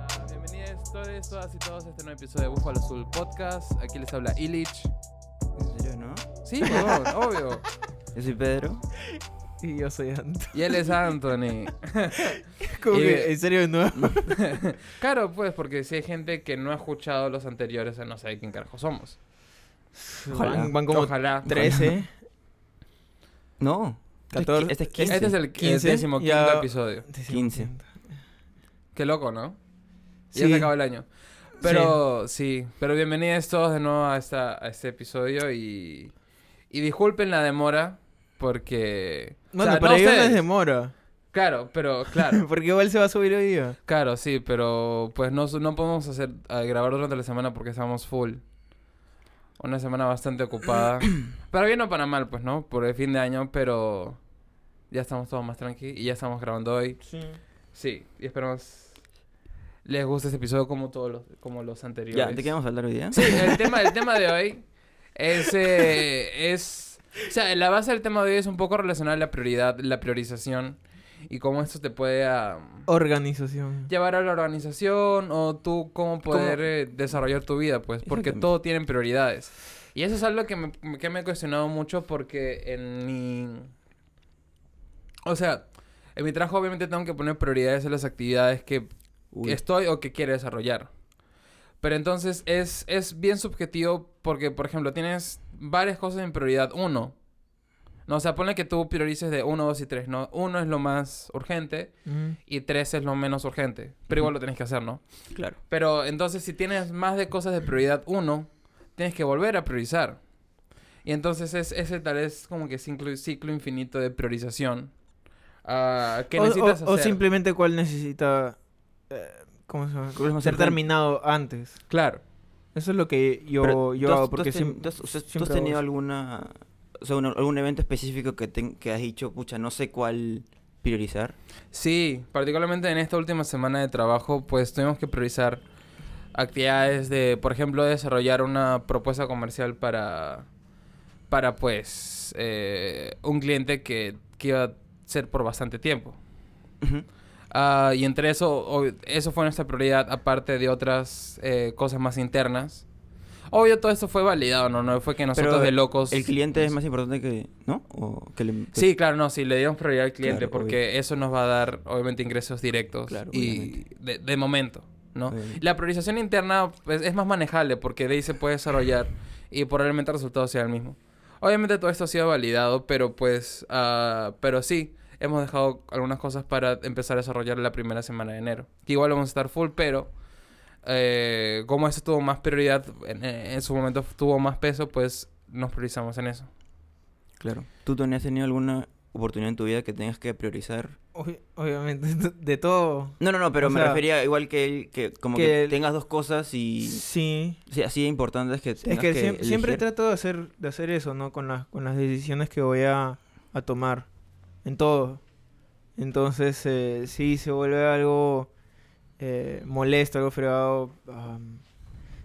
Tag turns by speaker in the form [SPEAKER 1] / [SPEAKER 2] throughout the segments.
[SPEAKER 1] Ah, todos, todas y todos a este nuevo episodio de Búfalo Azul Podcast. Aquí les habla Illich.
[SPEAKER 2] ¿En serio, no?
[SPEAKER 1] Sí, huevón, obvio.
[SPEAKER 2] Yo soy Pedro.
[SPEAKER 3] Y yo soy Anto.
[SPEAKER 1] Y él es Anthony.
[SPEAKER 3] Como
[SPEAKER 1] Y-
[SPEAKER 3] que, ¿En serio de nuevo?
[SPEAKER 1] claro, pues, porque si hay gente que no ha escuchado los anteriores, no sabe quién carajo somos.
[SPEAKER 2] Ojalá.
[SPEAKER 3] Van, van como
[SPEAKER 1] Ojalá.
[SPEAKER 3] 13,
[SPEAKER 2] No. Este es qui- Este es
[SPEAKER 3] 14.
[SPEAKER 2] 15.
[SPEAKER 1] Este es el, el
[SPEAKER 3] 15,
[SPEAKER 1] décimo quinto
[SPEAKER 3] ya-
[SPEAKER 1] episodio.
[SPEAKER 2] 15.
[SPEAKER 1] Qué loco, ¿no? Y Ya
[SPEAKER 3] Sí.
[SPEAKER 1] se acabó el año. Pero sí. pero bienvenidos todos de nuevo a, esta, a este episodio y, y disculpen la demora porque... o
[SPEAKER 3] Bueno,
[SPEAKER 1] sea,
[SPEAKER 3] para ellos no
[SPEAKER 1] ustedes.
[SPEAKER 3] es demora.
[SPEAKER 1] Claro, pero claro,
[SPEAKER 3] Porque igual se va a subir hoy día.
[SPEAKER 1] claro, sí, pero pues no, su- no podemos hacer a grabar durante la semana porque estamos full. Una semana bastante ocupada. para bien o para mal, pues, ¿no? Por el fin de año, pero ya estamos todos más tranqui y ya estamos grabando hoy.
[SPEAKER 3] Sí.
[SPEAKER 1] Sí, y esperamos les guste este episodio como todos los, como los anteriores.
[SPEAKER 2] Ya, ¿de qué vamos a hablar hoy día?
[SPEAKER 1] Sí, el tema, el tema de hoy es, eh, es... O sea, la base del tema de hoy es un poco relacionada a la prioridad, la priorización y cómo esto te puede ah,
[SPEAKER 3] Organización.
[SPEAKER 1] llevar a la organización o tú cómo poder
[SPEAKER 2] ¿Cómo?
[SPEAKER 1] eh, desarrollar tu vida, pues, porque
[SPEAKER 2] Exactamente.
[SPEAKER 1] todo tienen prioridades. Y eso es algo que me, que me he cuestionado mucho porque en mi... O sea, en mi trabajo obviamente tengo que poner prioridades en las actividades que
[SPEAKER 2] Uy,
[SPEAKER 1] que estoy o que quiero desarrollar. Pero entonces es, es bien subjetivo porque, por ejemplo, tienes varias cosas en prioridad. Uno. No, o sea, ponle que tú priorices de uno, dos y tres, ¿no? Uno es lo más urgente
[SPEAKER 3] Mm.
[SPEAKER 1] y tres es lo menos urgente. Pero igual lo tenés que hacer, ¿no?
[SPEAKER 2] claro.
[SPEAKER 1] Pero entonces si tienes más de cosas de prioridad uno, tienes que volver a priorizar. Y entonces es ese tal vez como que ciclo, ciclo infinito de priorización. ah, que
[SPEAKER 3] o,
[SPEAKER 1] necesitas
[SPEAKER 3] o- o
[SPEAKER 1] hacer.
[SPEAKER 3] simplemente cuál necesita. eh, ¿Cómo se llama?
[SPEAKER 2] ¿Cuál es más
[SPEAKER 3] Ser
[SPEAKER 2] urgente?
[SPEAKER 3] terminado antes.
[SPEAKER 1] Claro.
[SPEAKER 3] Eso es lo que yo,
[SPEAKER 2] Pero
[SPEAKER 3] yo
[SPEAKER 2] tú has-
[SPEAKER 3] hago.
[SPEAKER 2] tú
[SPEAKER 3] Porque
[SPEAKER 2] has ten-
[SPEAKER 3] siem-
[SPEAKER 2] tú has- o sea, ¿Tú has
[SPEAKER 3] siempre
[SPEAKER 2] tenido
[SPEAKER 3] hago
[SPEAKER 2] alguna... O sea, un- algún evento específico que, ten- que has dicho, pucha, no sé cuál priorizar?
[SPEAKER 1] Sí, particularmente en esta última semana de trabajo, pues tuvimos que priorizar actividades de, por ejemplo, desarrollar una propuesta comercial para, para pues, eh, un cliente que, que iba a ser por bastante tiempo.
[SPEAKER 2] Ujú.
[SPEAKER 1] Ah, y entre eso, ob- eso fue nuestra prioridad, aparte de otras eh, cosas más internas. Obvio, todo esto fue validado, ¿no? No fue que nosotros
[SPEAKER 2] Pero
[SPEAKER 1] de locos...
[SPEAKER 2] El cliente es más importante que... ¿No? O que le- que-
[SPEAKER 1] Sí, claro, no, sí, le damos prioridad al cliente
[SPEAKER 2] Claro,
[SPEAKER 1] porque eso nos va a dar, obviamente, ingresos directos
[SPEAKER 2] Claro,
[SPEAKER 1] y
[SPEAKER 2] obviamente.
[SPEAKER 1] de, de momento, ¿no?
[SPEAKER 2] Obviamente.
[SPEAKER 1] La priorización interna pues, es más manejable porque de ahí se puede desarrollar y probablemente el resultado sea el mismo. Obviamente todo esto ha sido validado, pero pues, ah, pero sí, hemos dejado algunas cosas para empezar a desarrollar la primera semana de enero. Que igual vamos a estar full, pero eh, como esto tuvo más prioridad, en, en su momento tuvo más peso, pues nos priorizamos en eso.
[SPEAKER 2] Claro. ¿Tú, Tony, has tenido alguna oportunidad en tu vida que tengas que priorizar?
[SPEAKER 3] Ob- Obviamente, de todo.
[SPEAKER 2] No, no, no, pero
[SPEAKER 3] O
[SPEAKER 2] me
[SPEAKER 3] sea,
[SPEAKER 2] refería igual que él, que como que,
[SPEAKER 3] que el-
[SPEAKER 2] tengas dos cosas y...
[SPEAKER 3] Sí.
[SPEAKER 2] Sí, así de importantes que
[SPEAKER 3] Es
[SPEAKER 2] tengas
[SPEAKER 3] que,
[SPEAKER 2] Pues, que,
[SPEAKER 3] siem- siempre
[SPEAKER 2] elegir.
[SPEAKER 3] trato de hacer, de hacer eso, ¿no? Con las, con las decisiones que voy a, a tomar. En todo. Entonces, eh, sí, se vuelve algo eh, molesto, algo fregado. am,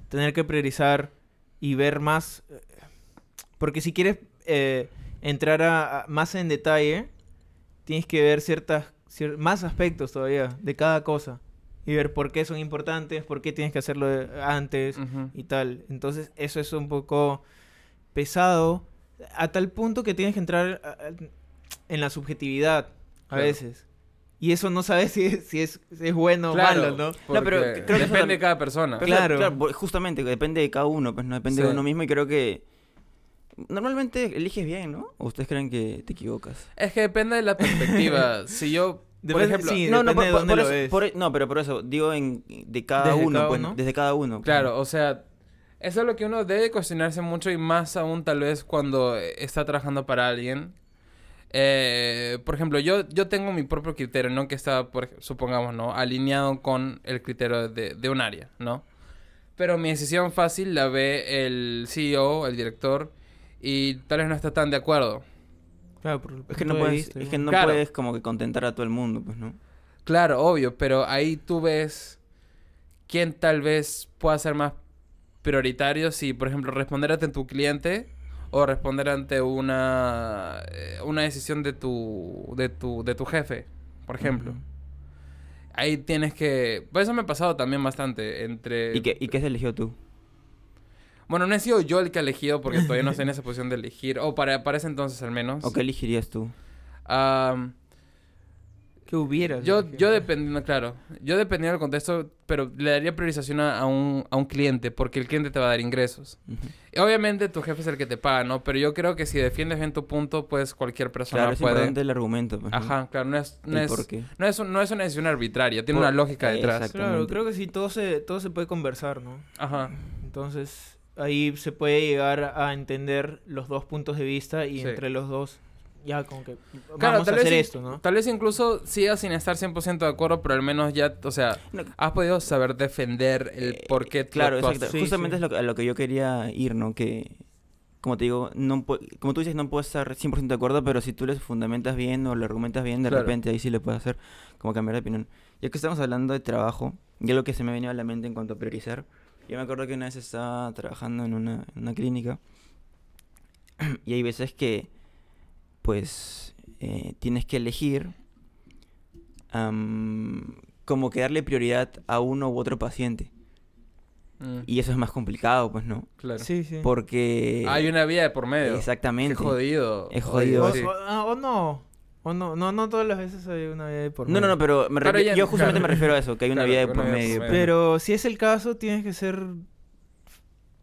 [SPEAKER 3] tener que priorizar y ver más. eh, Porque si quieres eh, entrar a- a- más en detalle, tienes que ver ciertas, cier- más aspectos todavía de cada cosa. Y ver por qué son importantes, por qué tienes que hacerlo de- antes
[SPEAKER 1] Ujú.
[SPEAKER 3] y tal. Entonces eso es un poco pesado a tal punto que tienes que entrar a- a- en la subjetividad a
[SPEAKER 1] Claro.
[SPEAKER 3] veces. Y eso no sabes si es, si es, si es bueno o malo, ¿no?
[SPEAKER 2] No, pero
[SPEAKER 1] porque
[SPEAKER 2] creo que eso
[SPEAKER 1] depende de
[SPEAKER 2] también-
[SPEAKER 1] cada persona.
[SPEAKER 2] Pero
[SPEAKER 3] Claro.
[SPEAKER 2] bo- justamente, que depende de cada uno, pues no depende
[SPEAKER 1] Sí.
[SPEAKER 2] de uno mismo y creo que normalmente eliges bien, ¿no? ¿O ustedes creen que te equivocas?
[SPEAKER 1] Es que depende de la perspectiva. si yo, por
[SPEAKER 3] Depende-
[SPEAKER 1] ejemplo,
[SPEAKER 3] sí.
[SPEAKER 2] no, no, por,
[SPEAKER 3] depende de
[SPEAKER 2] por-
[SPEAKER 3] dónde
[SPEAKER 2] por
[SPEAKER 3] lo
[SPEAKER 2] eso-
[SPEAKER 3] ves.
[SPEAKER 2] por e- no, pero por eso digo en de cada
[SPEAKER 3] Desde
[SPEAKER 2] uno,
[SPEAKER 3] cada
[SPEAKER 2] pues, ¿no?
[SPEAKER 3] uno.
[SPEAKER 2] desde cada uno. pues.
[SPEAKER 1] claro, o sea, eso es lo que uno debe cuestionarse mucho y más aún tal vez cuando eh, está trabajando para alguien. Eh, por ejemplo, yo, yo tengo mi propio criterio, ¿no? Que está, por ej- supongamos, ¿no? Alineado con el criterio de, de un área, ¿no? Pero mi decisión fácil la ve el CEO, el director, y tal vez no está tan de acuerdo.
[SPEAKER 3] Claro, por el
[SPEAKER 2] Es que no
[SPEAKER 3] punto de
[SPEAKER 2] puedes,
[SPEAKER 3] vista,
[SPEAKER 2] es
[SPEAKER 3] ¿no?
[SPEAKER 2] que no
[SPEAKER 1] Claro.
[SPEAKER 2] puedes como que contentar a todo el mundo, pues, ¿no?
[SPEAKER 1] Claro, obvio, pero ahí tú ves quién tal vez pueda ser más prioritario si, por ejemplo, responder ante tu cliente o responder ante una, eh, una decisión de tu, de tu, de tu jefe, por ejemplo.
[SPEAKER 2] Ujú.
[SPEAKER 1] ahí tienes que... Por eso me ha pasado también bastante entre...
[SPEAKER 2] ¿Y qué, ¿Y qué has elegido tú?
[SPEAKER 1] Bueno, no he sido yo el que ha elegido porque todavía no estoy en esa posición de elegir. O para, para ese entonces al menos.
[SPEAKER 2] ¿O qué elegirías tú?
[SPEAKER 1] Am,
[SPEAKER 3] ¿Qué hubiera?
[SPEAKER 1] yo, yo dependiendo, claro. Yo dependiendo del contexto, pero le daría priorización a, a un, a un cliente porque el cliente te va a dar ingresos.
[SPEAKER 2] Ujú.
[SPEAKER 1] Y obviamente tu jefe es el que te paga, ¿no? Pero yo creo que si defiendes bien tu punto, pues cualquier persona
[SPEAKER 2] Claro, es
[SPEAKER 1] puede...
[SPEAKER 2] importante el argumento. pues, ¿no?
[SPEAKER 1] Ajá, claro, no es, no
[SPEAKER 2] El
[SPEAKER 1] es,
[SPEAKER 2] por qué.
[SPEAKER 1] no es, un- no es una decisión arbitraria, tiene
[SPEAKER 2] Por-
[SPEAKER 1] una lógica detrás.
[SPEAKER 2] Exacto.
[SPEAKER 3] Claro, creo que sí, todo se, todo se puede conversar, ¿no?
[SPEAKER 1] Ajá.
[SPEAKER 3] Entonces, ahí se puede llegar a entender los dos puntos de vista y
[SPEAKER 1] Sí.
[SPEAKER 3] entre los dos, ya como que
[SPEAKER 1] Claro,
[SPEAKER 3] vamos a
[SPEAKER 1] tal
[SPEAKER 3] hacer
[SPEAKER 1] vez,
[SPEAKER 3] esto, ¿no?
[SPEAKER 1] Tal vez incluso sigas sin estar 100% de acuerdo, pero al menos ya, o sea,
[SPEAKER 2] No,
[SPEAKER 1] has podido saber defender el
[SPEAKER 2] Eh,
[SPEAKER 1] por qué tú
[SPEAKER 2] Claro,
[SPEAKER 1] actuaste.
[SPEAKER 2] exacto.
[SPEAKER 3] Sí,
[SPEAKER 2] Justamente
[SPEAKER 3] sí.
[SPEAKER 2] es lo que- a lo que yo quería ir, ¿no? Que, como te digo, no pu- como tú dices, no puedo estar 100% de acuerdo, pero si tú les fundamentas bien o lo argumentas bien, de
[SPEAKER 1] Claro.
[SPEAKER 2] repente ahí sí le puedes hacer como cambiar de opinión. Ya que estamos hablando de trabajo, y algo que se me venía a la mente en cuanto a priorizar, yo me acuerdo que una vez estaba trabajando en una, en una clínica y hay veces que, pues, eh, tienes que elegir am, como que darle prioridad a uno u otro paciente.
[SPEAKER 1] Mm,
[SPEAKER 2] Y eso es más complicado, pues no.
[SPEAKER 1] claro.
[SPEAKER 3] Sí, sí.
[SPEAKER 2] Porque.
[SPEAKER 1] Hay una vía de por medio.
[SPEAKER 2] Exactamente.
[SPEAKER 1] Es jodido.
[SPEAKER 2] Es
[SPEAKER 3] O,
[SPEAKER 2] jodido,
[SPEAKER 1] Sí.
[SPEAKER 3] o- ah, o no, o no, no, no todas las veces hay una vida de por
[SPEAKER 2] No, no, no,
[SPEAKER 3] medio.
[SPEAKER 2] pero me
[SPEAKER 1] Pero
[SPEAKER 2] refi-
[SPEAKER 1] ya-
[SPEAKER 2] yo justamente
[SPEAKER 1] claro.
[SPEAKER 2] me refiero a eso, que hay una
[SPEAKER 1] Claro,
[SPEAKER 2] vida de
[SPEAKER 1] una
[SPEAKER 2] por
[SPEAKER 1] vía de
[SPEAKER 2] medio. pues.
[SPEAKER 1] por medio.
[SPEAKER 3] Pero si es el caso, tienes que ser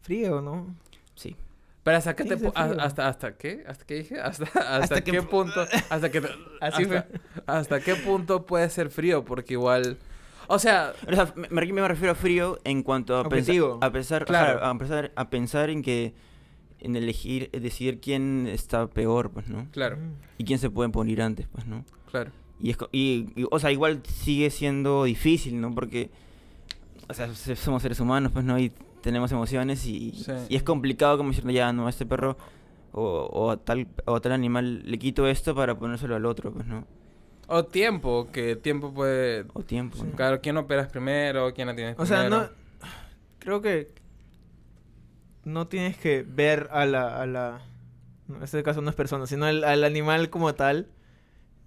[SPEAKER 3] frío, ¿no?
[SPEAKER 2] Sí.
[SPEAKER 1] Pero hasta qué te
[SPEAKER 3] Tienes
[SPEAKER 1] pu-
[SPEAKER 3] el frío.
[SPEAKER 1] a- hasta hasta qué? ¿Hasta qué dije? Hasta hasta,
[SPEAKER 3] Hasta
[SPEAKER 1] qué
[SPEAKER 3] que-
[SPEAKER 1] punto? Hasta que
[SPEAKER 3] Así
[SPEAKER 1] hasta, hasta qué punto puede ser frío porque igual o sea,
[SPEAKER 2] O sea, me, me- me refiero a frío en cuanto a pensar,
[SPEAKER 3] Objetivo.
[SPEAKER 2] a pensar,
[SPEAKER 1] Claro.
[SPEAKER 2] claro, a pensar, a pensar en que en elegir, eh, decidir quién está peor, pues, ¿no?
[SPEAKER 1] claro,
[SPEAKER 3] Mm.
[SPEAKER 2] Y quién se puede poner antes, pues, ¿no?
[SPEAKER 1] claro.
[SPEAKER 2] Y, es co- y, y, o sea, igual sigue siendo difícil, ¿no? Porque, o sea, se- somos seres humanos, pues, ¿no? Y tenemos emociones y,
[SPEAKER 1] Sí.
[SPEAKER 2] y es complicado como decirle, ya, no, a este perro o, o a tal, o a tal animal le quito esto para ponérselo al otro, pues, ¿no?
[SPEAKER 1] O tiempo, que tiempo puede
[SPEAKER 2] O tiempo, ¿no?
[SPEAKER 1] Claro, quién operas primero, quién la tienes
[SPEAKER 3] O sea,
[SPEAKER 1] primero.
[SPEAKER 3] no. Creo que. No tienes que ver a la. A la no, en este caso no es persona, sino al, al animal como tal.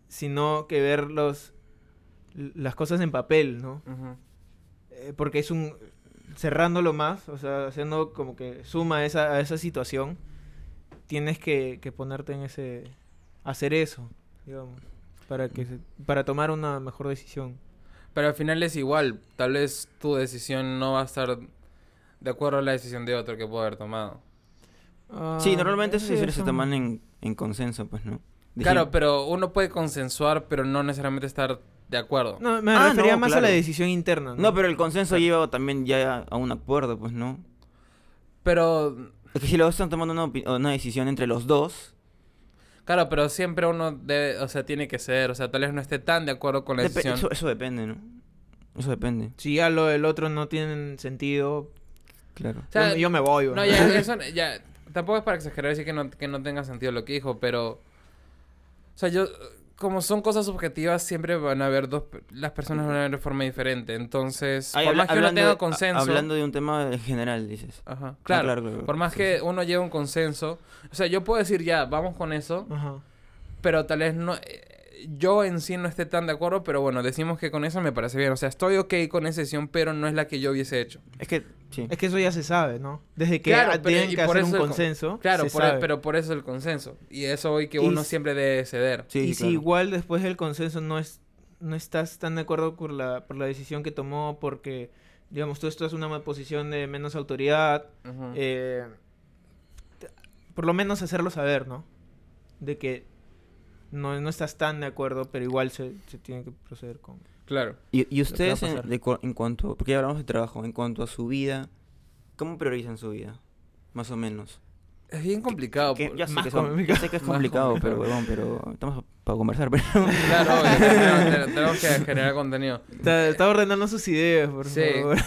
[SPEAKER 3] Sino que ver los. Las cosas en papel, ¿no?
[SPEAKER 1] Ujú.
[SPEAKER 3] Eh, porque es un. Cerrándolo más, o sea, haciendo como que suma a esa, a esa situación. Tienes que, que ponerte en ese. Hacer eso, digamos. Para, que se- para tomar una mejor decisión.
[SPEAKER 1] Pero al final es igual. Tal vez tu decisión no va a estar de acuerdo a la decisión de otro que puede haber tomado.
[SPEAKER 2] Sí,
[SPEAKER 3] Ah,
[SPEAKER 2] normalmente esas
[SPEAKER 3] sí,
[SPEAKER 2] decisiones se
[SPEAKER 3] eso-
[SPEAKER 2] toman en, en consenso, pues, ¿no? Decir-
[SPEAKER 1] Claro, pero uno puede consensuar, pero no necesariamente estar de acuerdo.
[SPEAKER 3] No, me
[SPEAKER 2] Ah,
[SPEAKER 3] refería
[SPEAKER 2] no,
[SPEAKER 3] más a la
[SPEAKER 2] claro.
[SPEAKER 3] decisión interna.
[SPEAKER 2] No, pero el consenso lleva también ya a un acuerdo, pues, ¿no?
[SPEAKER 1] Pero,
[SPEAKER 2] Es que si los dos están tomando una, opi- una decisión entre los dos,
[SPEAKER 1] claro, pero siempre uno debe, o sea, tiene que ser, o sea, tal vez no esté tan de acuerdo con la
[SPEAKER 2] depe-
[SPEAKER 1] decisión.
[SPEAKER 2] eso, eso depende, ¿no? Eso depende,
[SPEAKER 3] Si ya lo del otro no tiene sentido,
[SPEAKER 2] claro.
[SPEAKER 1] O sea,
[SPEAKER 3] yo, yo me voy.
[SPEAKER 1] no, ya, eso, ya, tampoco es para exagerar decir que no, que no tenga sentido lo que dijo, pero, o sea, yo, como son cosas subjetivas, siempre van a haber dos, pe- las personas van a ver de forma diferente, entonces,
[SPEAKER 2] Ahí
[SPEAKER 1] por
[SPEAKER 2] habla-
[SPEAKER 1] más que uno
[SPEAKER 2] hablando
[SPEAKER 1] tenga
[SPEAKER 2] de-
[SPEAKER 1] consenso.
[SPEAKER 2] a- Hablando de un tema en general, dices.
[SPEAKER 1] Ajá,
[SPEAKER 2] Ah,
[SPEAKER 1] claro. Por más que uno lleve un consenso, o sea, yo puedo decir ya, vamos con eso,
[SPEAKER 3] Ajá.
[SPEAKER 1] pero tal vez no eh, yo en sí no esté tan de acuerdo, pero bueno, decimos que con eso me parece bien, o sea, estoy ok con esa decisión, pero no es la que yo hubiese hecho.
[SPEAKER 2] Es que, sí.
[SPEAKER 3] Es que eso ya se sabe, ¿no? Desde que
[SPEAKER 1] Claro,
[SPEAKER 3] ah,
[SPEAKER 1] pero-
[SPEAKER 3] tienen
[SPEAKER 1] y
[SPEAKER 3] que
[SPEAKER 1] por
[SPEAKER 3] hacer
[SPEAKER 1] eso
[SPEAKER 3] un
[SPEAKER 1] el con-
[SPEAKER 3] consenso.
[SPEAKER 1] Claro,
[SPEAKER 3] se
[SPEAKER 1] por- e,
[SPEAKER 3] sabe.
[SPEAKER 1] pero por eso el consenso. Y eso hoy que
[SPEAKER 3] Y
[SPEAKER 1] uno
[SPEAKER 3] s-
[SPEAKER 1] siempre debe ceder.
[SPEAKER 2] Sí,
[SPEAKER 3] y
[SPEAKER 2] sí,
[SPEAKER 3] si
[SPEAKER 2] claro.
[SPEAKER 3] igual después del consenso no es no estás tan de acuerdo por la, por la decisión que tomó, porque, digamos, tú estás en una posición de menos autoridad,
[SPEAKER 1] Ujú.
[SPEAKER 3] eh, t- por lo menos hacerlo saber, ¿no? De que no, no estás tan de acuerdo, pero igual se, se tiene que proceder con...
[SPEAKER 1] claro.
[SPEAKER 2] Y, y
[SPEAKER 3] va a
[SPEAKER 2] ustedes, en,
[SPEAKER 3] pasar.
[SPEAKER 2] de cu- en cuanto, porque ya hablamos de trabajo, en cuanto a su vida, ¿cómo priorizan su vida? Más o menos.
[SPEAKER 1] Es bien complicado.
[SPEAKER 2] Que-
[SPEAKER 1] por-
[SPEAKER 2] ya, sé
[SPEAKER 3] más
[SPEAKER 2] que son-
[SPEAKER 3] complicado.
[SPEAKER 2] ya sé que es
[SPEAKER 1] Más
[SPEAKER 2] complicado, pero
[SPEAKER 1] complicado.
[SPEAKER 2] huevón, pero estamos para conversar, pero...
[SPEAKER 1] Claro, obvio, tenemos- te- tenemos que generar contenido.
[SPEAKER 3] Está, está ordenando sus ideas, por
[SPEAKER 1] Sí.
[SPEAKER 3] favor.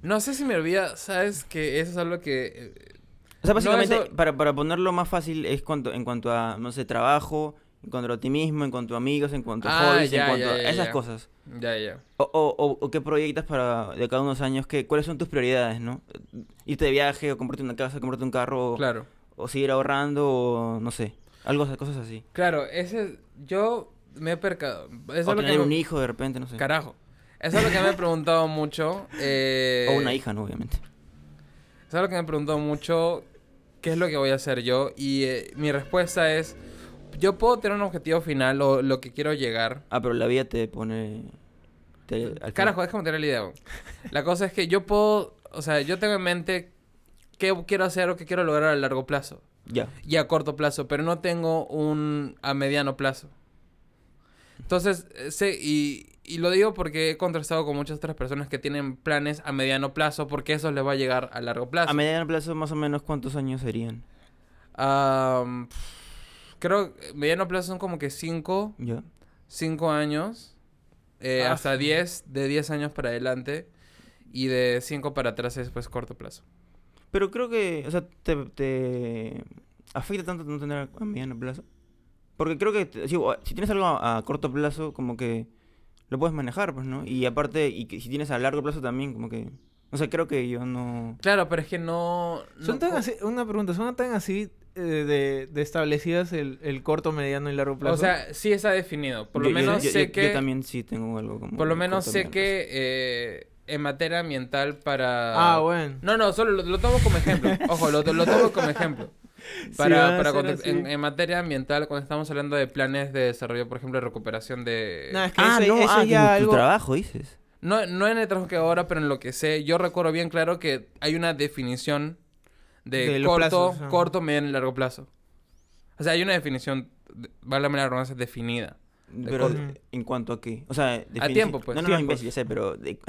[SPEAKER 1] No sé si me olvida, sabes que eso es algo que eh,
[SPEAKER 2] O sea,
[SPEAKER 1] No,
[SPEAKER 2] básicamente,
[SPEAKER 1] eso-
[SPEAKER 2] para, para ponerlo más fácil, es cuanto, en cuanto a, no sé, trabajo, en cuanto a ti mismo, en cuanto a amigos, en cuanto a
[SPEAKER 1] Ah,
[SPEAKER 2] hobbies,
[SPEAKER 1] ya,
[SPEAKER 2] en cuanto
[SPEAKER 1] ya,
[SPEAKER 2] a
[SPEAKER 1] ya,
[SPEAKER 2] esas
[SPEAKER 1] ya.
[SPEAKER 2] cosas.
[SPEAKER 1] ya ya.
[SPEAKER 2] O, o, o- o qué proyectas para de cada unos años, que, cuáles son tus prioridades, ¿no? Irte de viaje, o comprarte una casa, comprarte un carro, o-
[SPEAKER 1] Claro.
[SPEAKER 2] o seguir ahorrando, o no sé, algo, cosas así.
[SPEAKER 1] Claro, ese yo me he percatado. Eso es
[SPEAKER 2] o
[SPEAKER 1] lo que
[SPEAKER 2] tener
[SPEAKER 1] me-
[SPEAKER 2] un hijo de repente, no sé.
[SPEAKER 1] Carajo. Eso es lo que me he preguntado mucho. eh,
[SPEAKER 2] o una hija, ¿no? Obviamente.
[SPEAKER 1] Es algo que me preguntó mucho, ¿qué es lo que voy a hacer yo? Y eh, mi respuesta es, yo puedo tener un objetivo final o lo que quiero llegar.
[SPEAKER 2] Ah, pero la vida te pone... te- al final-
[SPEAKER 1] Carajo, déjame tener la idea. weón. La cosa es que yo puedo, o sea, yo tengo en mente qué quiero hacer o qué quiero lograr a largo plazo
[SPEAKER 2] Ya.
[SPEAKER 1] y a corto plazo, pero no tengo un a mediano plazo. Entonces, eh, sé, y, y lo digo porque he contrastado con muchas otras personas que tienen planes a mediano plazo porque eso les va a llegar a largo plazo.
[SPEAKER 2] A mediano plazo, más o menos, ¿cuántos años serían?
[SPEAKER 1] Am, creo que mediano plazo son como que 5
[SPEAKER 2] Ya.
[SPEAKER 1] Cinco años, eh,
[SPEAKER 3] Ah,
[SPEAKER 1] hasta 10, de 10 años para adelante y de 5 para atrás es pues corto plazo.
[SPEAKER 2] Pero creo que, o sea, te, te afecta tanto no tener a mediano plazo. Porque creo que te- si, o- si tienes algo a, a corto plazo, como que lo puedes manejar, pues, ¿no? Y aparte, y que si tienes a largo plazo también, como que... O sea, creo que yo no...
[SPEAKER 1] Claro, pero es que no... no
[SPEAKER 3] Son tan
[SPEAKER 1] co-
[SPEAKER 3] así, una pregunta, ¿son tan así eh, de, de establecidas el, el corto, mediano y largo plazo?
[SPEAKER 1] o sea, sí está definido. Por lo
[SPEAKER 2] Yo- yo-
[SPEAKER 1] menos
[SPEAKER 2] yo-
[SPEAKER 1] sé
[SPEAKER 2] yo-
[SPEAKER 1] que...
[SPEAKER 2] Yo también sí tengo algo como...
[SPEAKER 1] por lo
[SPEAKER 2] de
[SPEAKER 1] menos
[SPEAKER 2] corto a
[SPEAKER 1] sé
[SPEAKER 2] mediano
[SPEAKER 1] que eh, en materia ambiental para...
[SPEAKER 3] ah, bueno.
[SPEAKER 1] No, no, solo lo, lo tomo como ejemplo. Ojo, lo, lo tomo como ejemplo. Para,
[SPEAKER 3] va a
[SPEAKER 1] para
[SPEAKER 3] ser
[SPEAKER 1] context-
[SPEAKER 3] así.
[SPEAKER 1] en, en materia ambiental, cuando estamos hablando de planes de desarrollo, por ejemplo, de recuperación de...
[SPEAKER 3] No, es
[SPEAKER 2] plazo.
[SPEAKER 3] que
[SPEAKER 2] Ah,
[SPEAKER 3] ese-
[SPEAKER 2] no,
[SPEAKER 3] ese
[SPEAKER 2] ah,
[SPEAKER 3] ya
[SPEAKER 2] tu- tu
[SPEAKER 3] algo...
[SPEAKER 2] trabajo, dices.
[SPEAKER 1] No, no en el trabajo que ahora, pero en lo que sé, yo recuerdo bien claro que hay una definición de,
[SPEAKER 3] De los
[SPEAKER 1] corto,
[SPEAKER 3] plazos, ajá.
[SPEAKER 1] corto, mediano y largo plazo. O sea, hay una definición, de- válgame la redundancia, definida.
[SPEAKER 2] Pero,
[SPEAKER 3] corto.
[SPEAKER 2] ¿en cuanto a qué? O sea... definici-
[SPEAKER 1] tiempo, pues.
[SPEAKER 2] No, no, no,
[SPEAKER 1] Tiempo.
[SPEAKER 2] imbécil, ya sé, pero... de-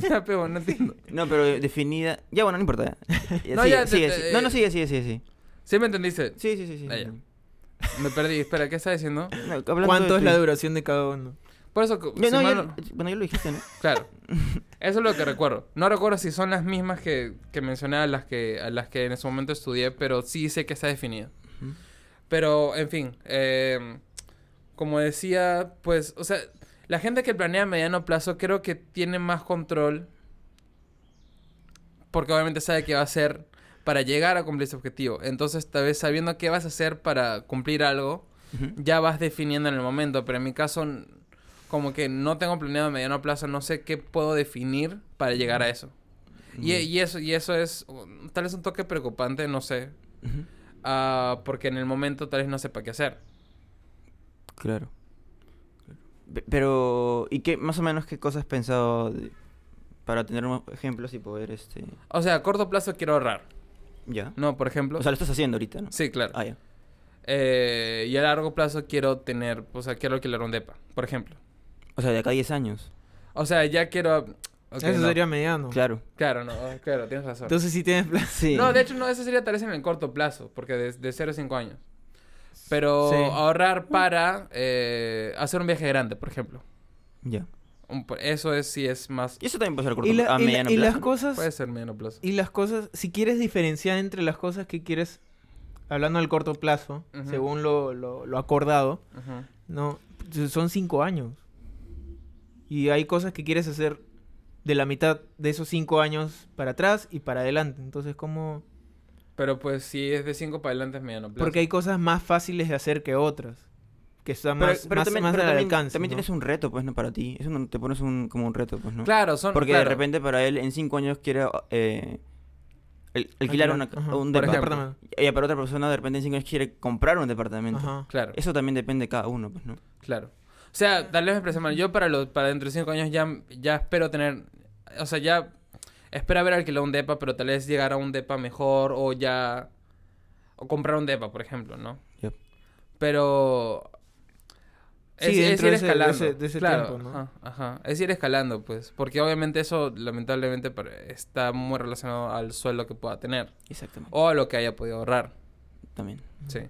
[SPEAKER 1] ya, pero no entiendo.
[SPEAKER 2] No, pero definida... Ya, bueno, no importa.
[SPEAKER 1] No,
[SPEAKER 2] no, sigue,
[SPEAKER 1] ya, te-
[SPEAKER 2] sigue,
[SPEAKER 1] te-
[SPEAKER 2] sigue. No, no, sigue, sigue, sigue, sigue.
[SPEAKER 1] ¿Sí me entendiste?
[SPEAKER 2] Sí, sí, sí, sí.
[SPEAKER 1] Ah,
[SPEAKER 2] sí.
[SPEAKER 1] ya. Me perdí. Espera, ¿qué estás diciendo?
[SPEAKER 2] No, hablando
[SPEAKER 3] ¿Cuánto
[SPEAKER 2] de
[SPEAKER 3] es la
[SPEAKER 2] tu-
[SPEAKER 3] duración de cada uno?
[SPEAKER 1] Por eso, que-
[SPEAKER 2] Ya,
[SPEAKER 1] si
[SPEAKER 2] no,
[SPEAKER 1] mal
[SPEAKER 2] ya-
[SPEAKER 1] no-
[SPEAKER 2] bueno, ya lo dijiste, ¿no?
[SPEAKER 1] claro. Eso es lo que recuerdo. No recuerdo si son las mismas que, que mencioné a las que, a las que en ese momento estudié, pero sí sé que está definida.
[SPEAKER 2] Ujú.
[SPEAKER 1] Pero, en fin, eh, como decía, pues, o sea, la gente que planea a mediano plazo creo que tiene más control porque obviamente sabe qué va a hacer para llegar a cumplir ese objetivo. Entonces, tal vez sabiendo qué vas a hacer para cumplir algo,
[SPEAKER 2] Ujú.
[SPEAKER 1] ya vas definiendo en el momento, pero en mi caso n- como que no tengo planeado a mediano plazo, no sé qué puedo definir para llegar a eso. Y,
[SPEAKER 2] Ya.
[SPEAKER 1] y eso y eso es um, tal vez un toque preocupante, no sé,
[SPEAKER 2] Ujú.
[SPEAKER 1] ah, porque en el momento tal vez no sepa qué hacer.
[SPEAKER 2] Claro. Pe- Pero, ¿y qué, más o menos, qué cosas has pensado de- para tener más ejemplos y poder, este,
[SPEAKER 1] O sea, a corto plazo quiero ahorrar,
[SPEAKER 2] ya?
[SPEAKER 1] ¿no? Por ejemplo.
[SPEAKER 2] O sea, lo estás haciendo ahorita, ¿no?
[SPEAKER 1] sí, claro.
[SPEAKER 2] Ah, ya.
[SPEAKER 1] Eh, y a largo plazo quiero tener, o sea, quiero alquilar un depa, por ejemplo.
[SPEAKER 2] O sea, de acá a 10 años.
[SPEAKER 1] O sea, ya quiero... ah, ok,
[SPEAKER 3] Eso
[SPEAKER 1] no.
[SPEAKER 3] sería mediano.
[SPEAKER 2] Claro.
[SPEAKER 1] Claro, no, oh, claro, tienes razón.
[SPEAKER 3] Entonces sí tienes plan.
[SPEAKER 2] Sí.
[SPEAKER 1] No, de hecho, no, eso sería tal vez en el corto plazo, porque de, de 0 a 5 años. Pero
[SPEAKER 3] Sí.
[SPEAKER 1] ahorrar para eh, hacer un viaje grande, por ejemplo.
[SPEAKER 2] Ya.
[SPEAKER 1] Un- por- eso es si es más...
[SPEAKER 2] Y eso también puede ser corto,
[SPEAKER 3] Y, la-
[SPEAKER 2] a
[SPEAKER 3] y la-
[SPEAKER 2] mediano
[SPEAKER 3] y
[SPEAKER 2] plazo.
[SPEAKER 3] las cosas,
[SPEAKER 1] Puede ser mediano plazo.
[SPEAKER 3] y las cosas, si quieres diferenciar entre las cosas que quieres, hablando del corto plazo,
[SPEAKER 1] Ujú.
[SPEAKER 3] según lo, lo- lo acordado,
[SPEAKER 1] Ujú.
[SPEAKER 3] no, son cinco años. Y hay cosas que quieres hacer de la mitad de esos cinco años para atrás y para adelante. Entonces, ¿cómo?
[SPEAKER 1] Pero pues si es de 5 para adelante es mediano plazo.
[SPEAKER 3] Porque hay cosas más fáciles de hacer que otras. Que están
[SPEAKER 2] Pero,
[SPEAKER 3] más,
[SPEAKER 2] pero
[SPEAKER 3] más,
[SPEAKER 2] también,
[SPEAKER 3] más
[SPEAKER 2] pero
[SPEAKER 3] al
[SPEAKER 2] también,
[SPEAKER 3] alcance.
[SPEAKER 2] también
[SPEAKER 3] ¿no?
[SPEAKER 2] tienes un reto, pues, ¿no? Para ti. Eso no, te pones un, como un reto, pues, ¿no?
[SPEAKER 1] Claro, son...
[SPEAKER 2] Porque
[SPEAKER 1] claro.
[SPEAKER 2] de repente para él en 5 años quiere eh, al- alquilar una,
[SPEAKER 3] Ajá.
[SPEAKER 2] un
[SPEAKER 1] Por
[SPEAKER 2] departamento.
[SPEAKER 1] ejemplo.
[SPEAKER 2] Ya, para otra persona de repente en 5 años quiere comprar un departamento.
[SPEAKER 3] Ajá.
[SPEAKER 1] Claro,
[SPEAKER 2] Eso también depende de cada uno, pues, ¿no?
[SPEAKER 1] claro. O sea, tal vez me expresé mal. Yo para, los, para dentro de 5 años ya, ya espero tener... O sea, ya espero haber alquilado un depa, pero tal vez llegar a un depa mejor o ya... O comprar un depa, por ejemplo, ¿no?
[SPEAKER 2] Yep.
[SPEAKER 1] Pero.
[SPEAKER 3] Sí,
[SPEAKER 1] Es, es
[SPEAKER 3] dentro
[SPEAKER 1] ir
[SPEAKER 3] de ese- de
[SPEAKER 1] escalando.
[SPEAKER 3] ese- de ese
[SPEAKER 1] claro,
[SPEAKER 3] tiempo, ¿no?
[SPEAKER 1] Ajá, ajá. Es ir escalando, pues. Porque obviamente eso, lamentablemente, para- está muy relacionado al sueldo que pueda tener.
[SPEAKER 2] Exactamente.
[SPEAKER 1] O a lo que haya podido ahorrar.
[SPEAKER 2] También.
[SPEAKER 1] Sí.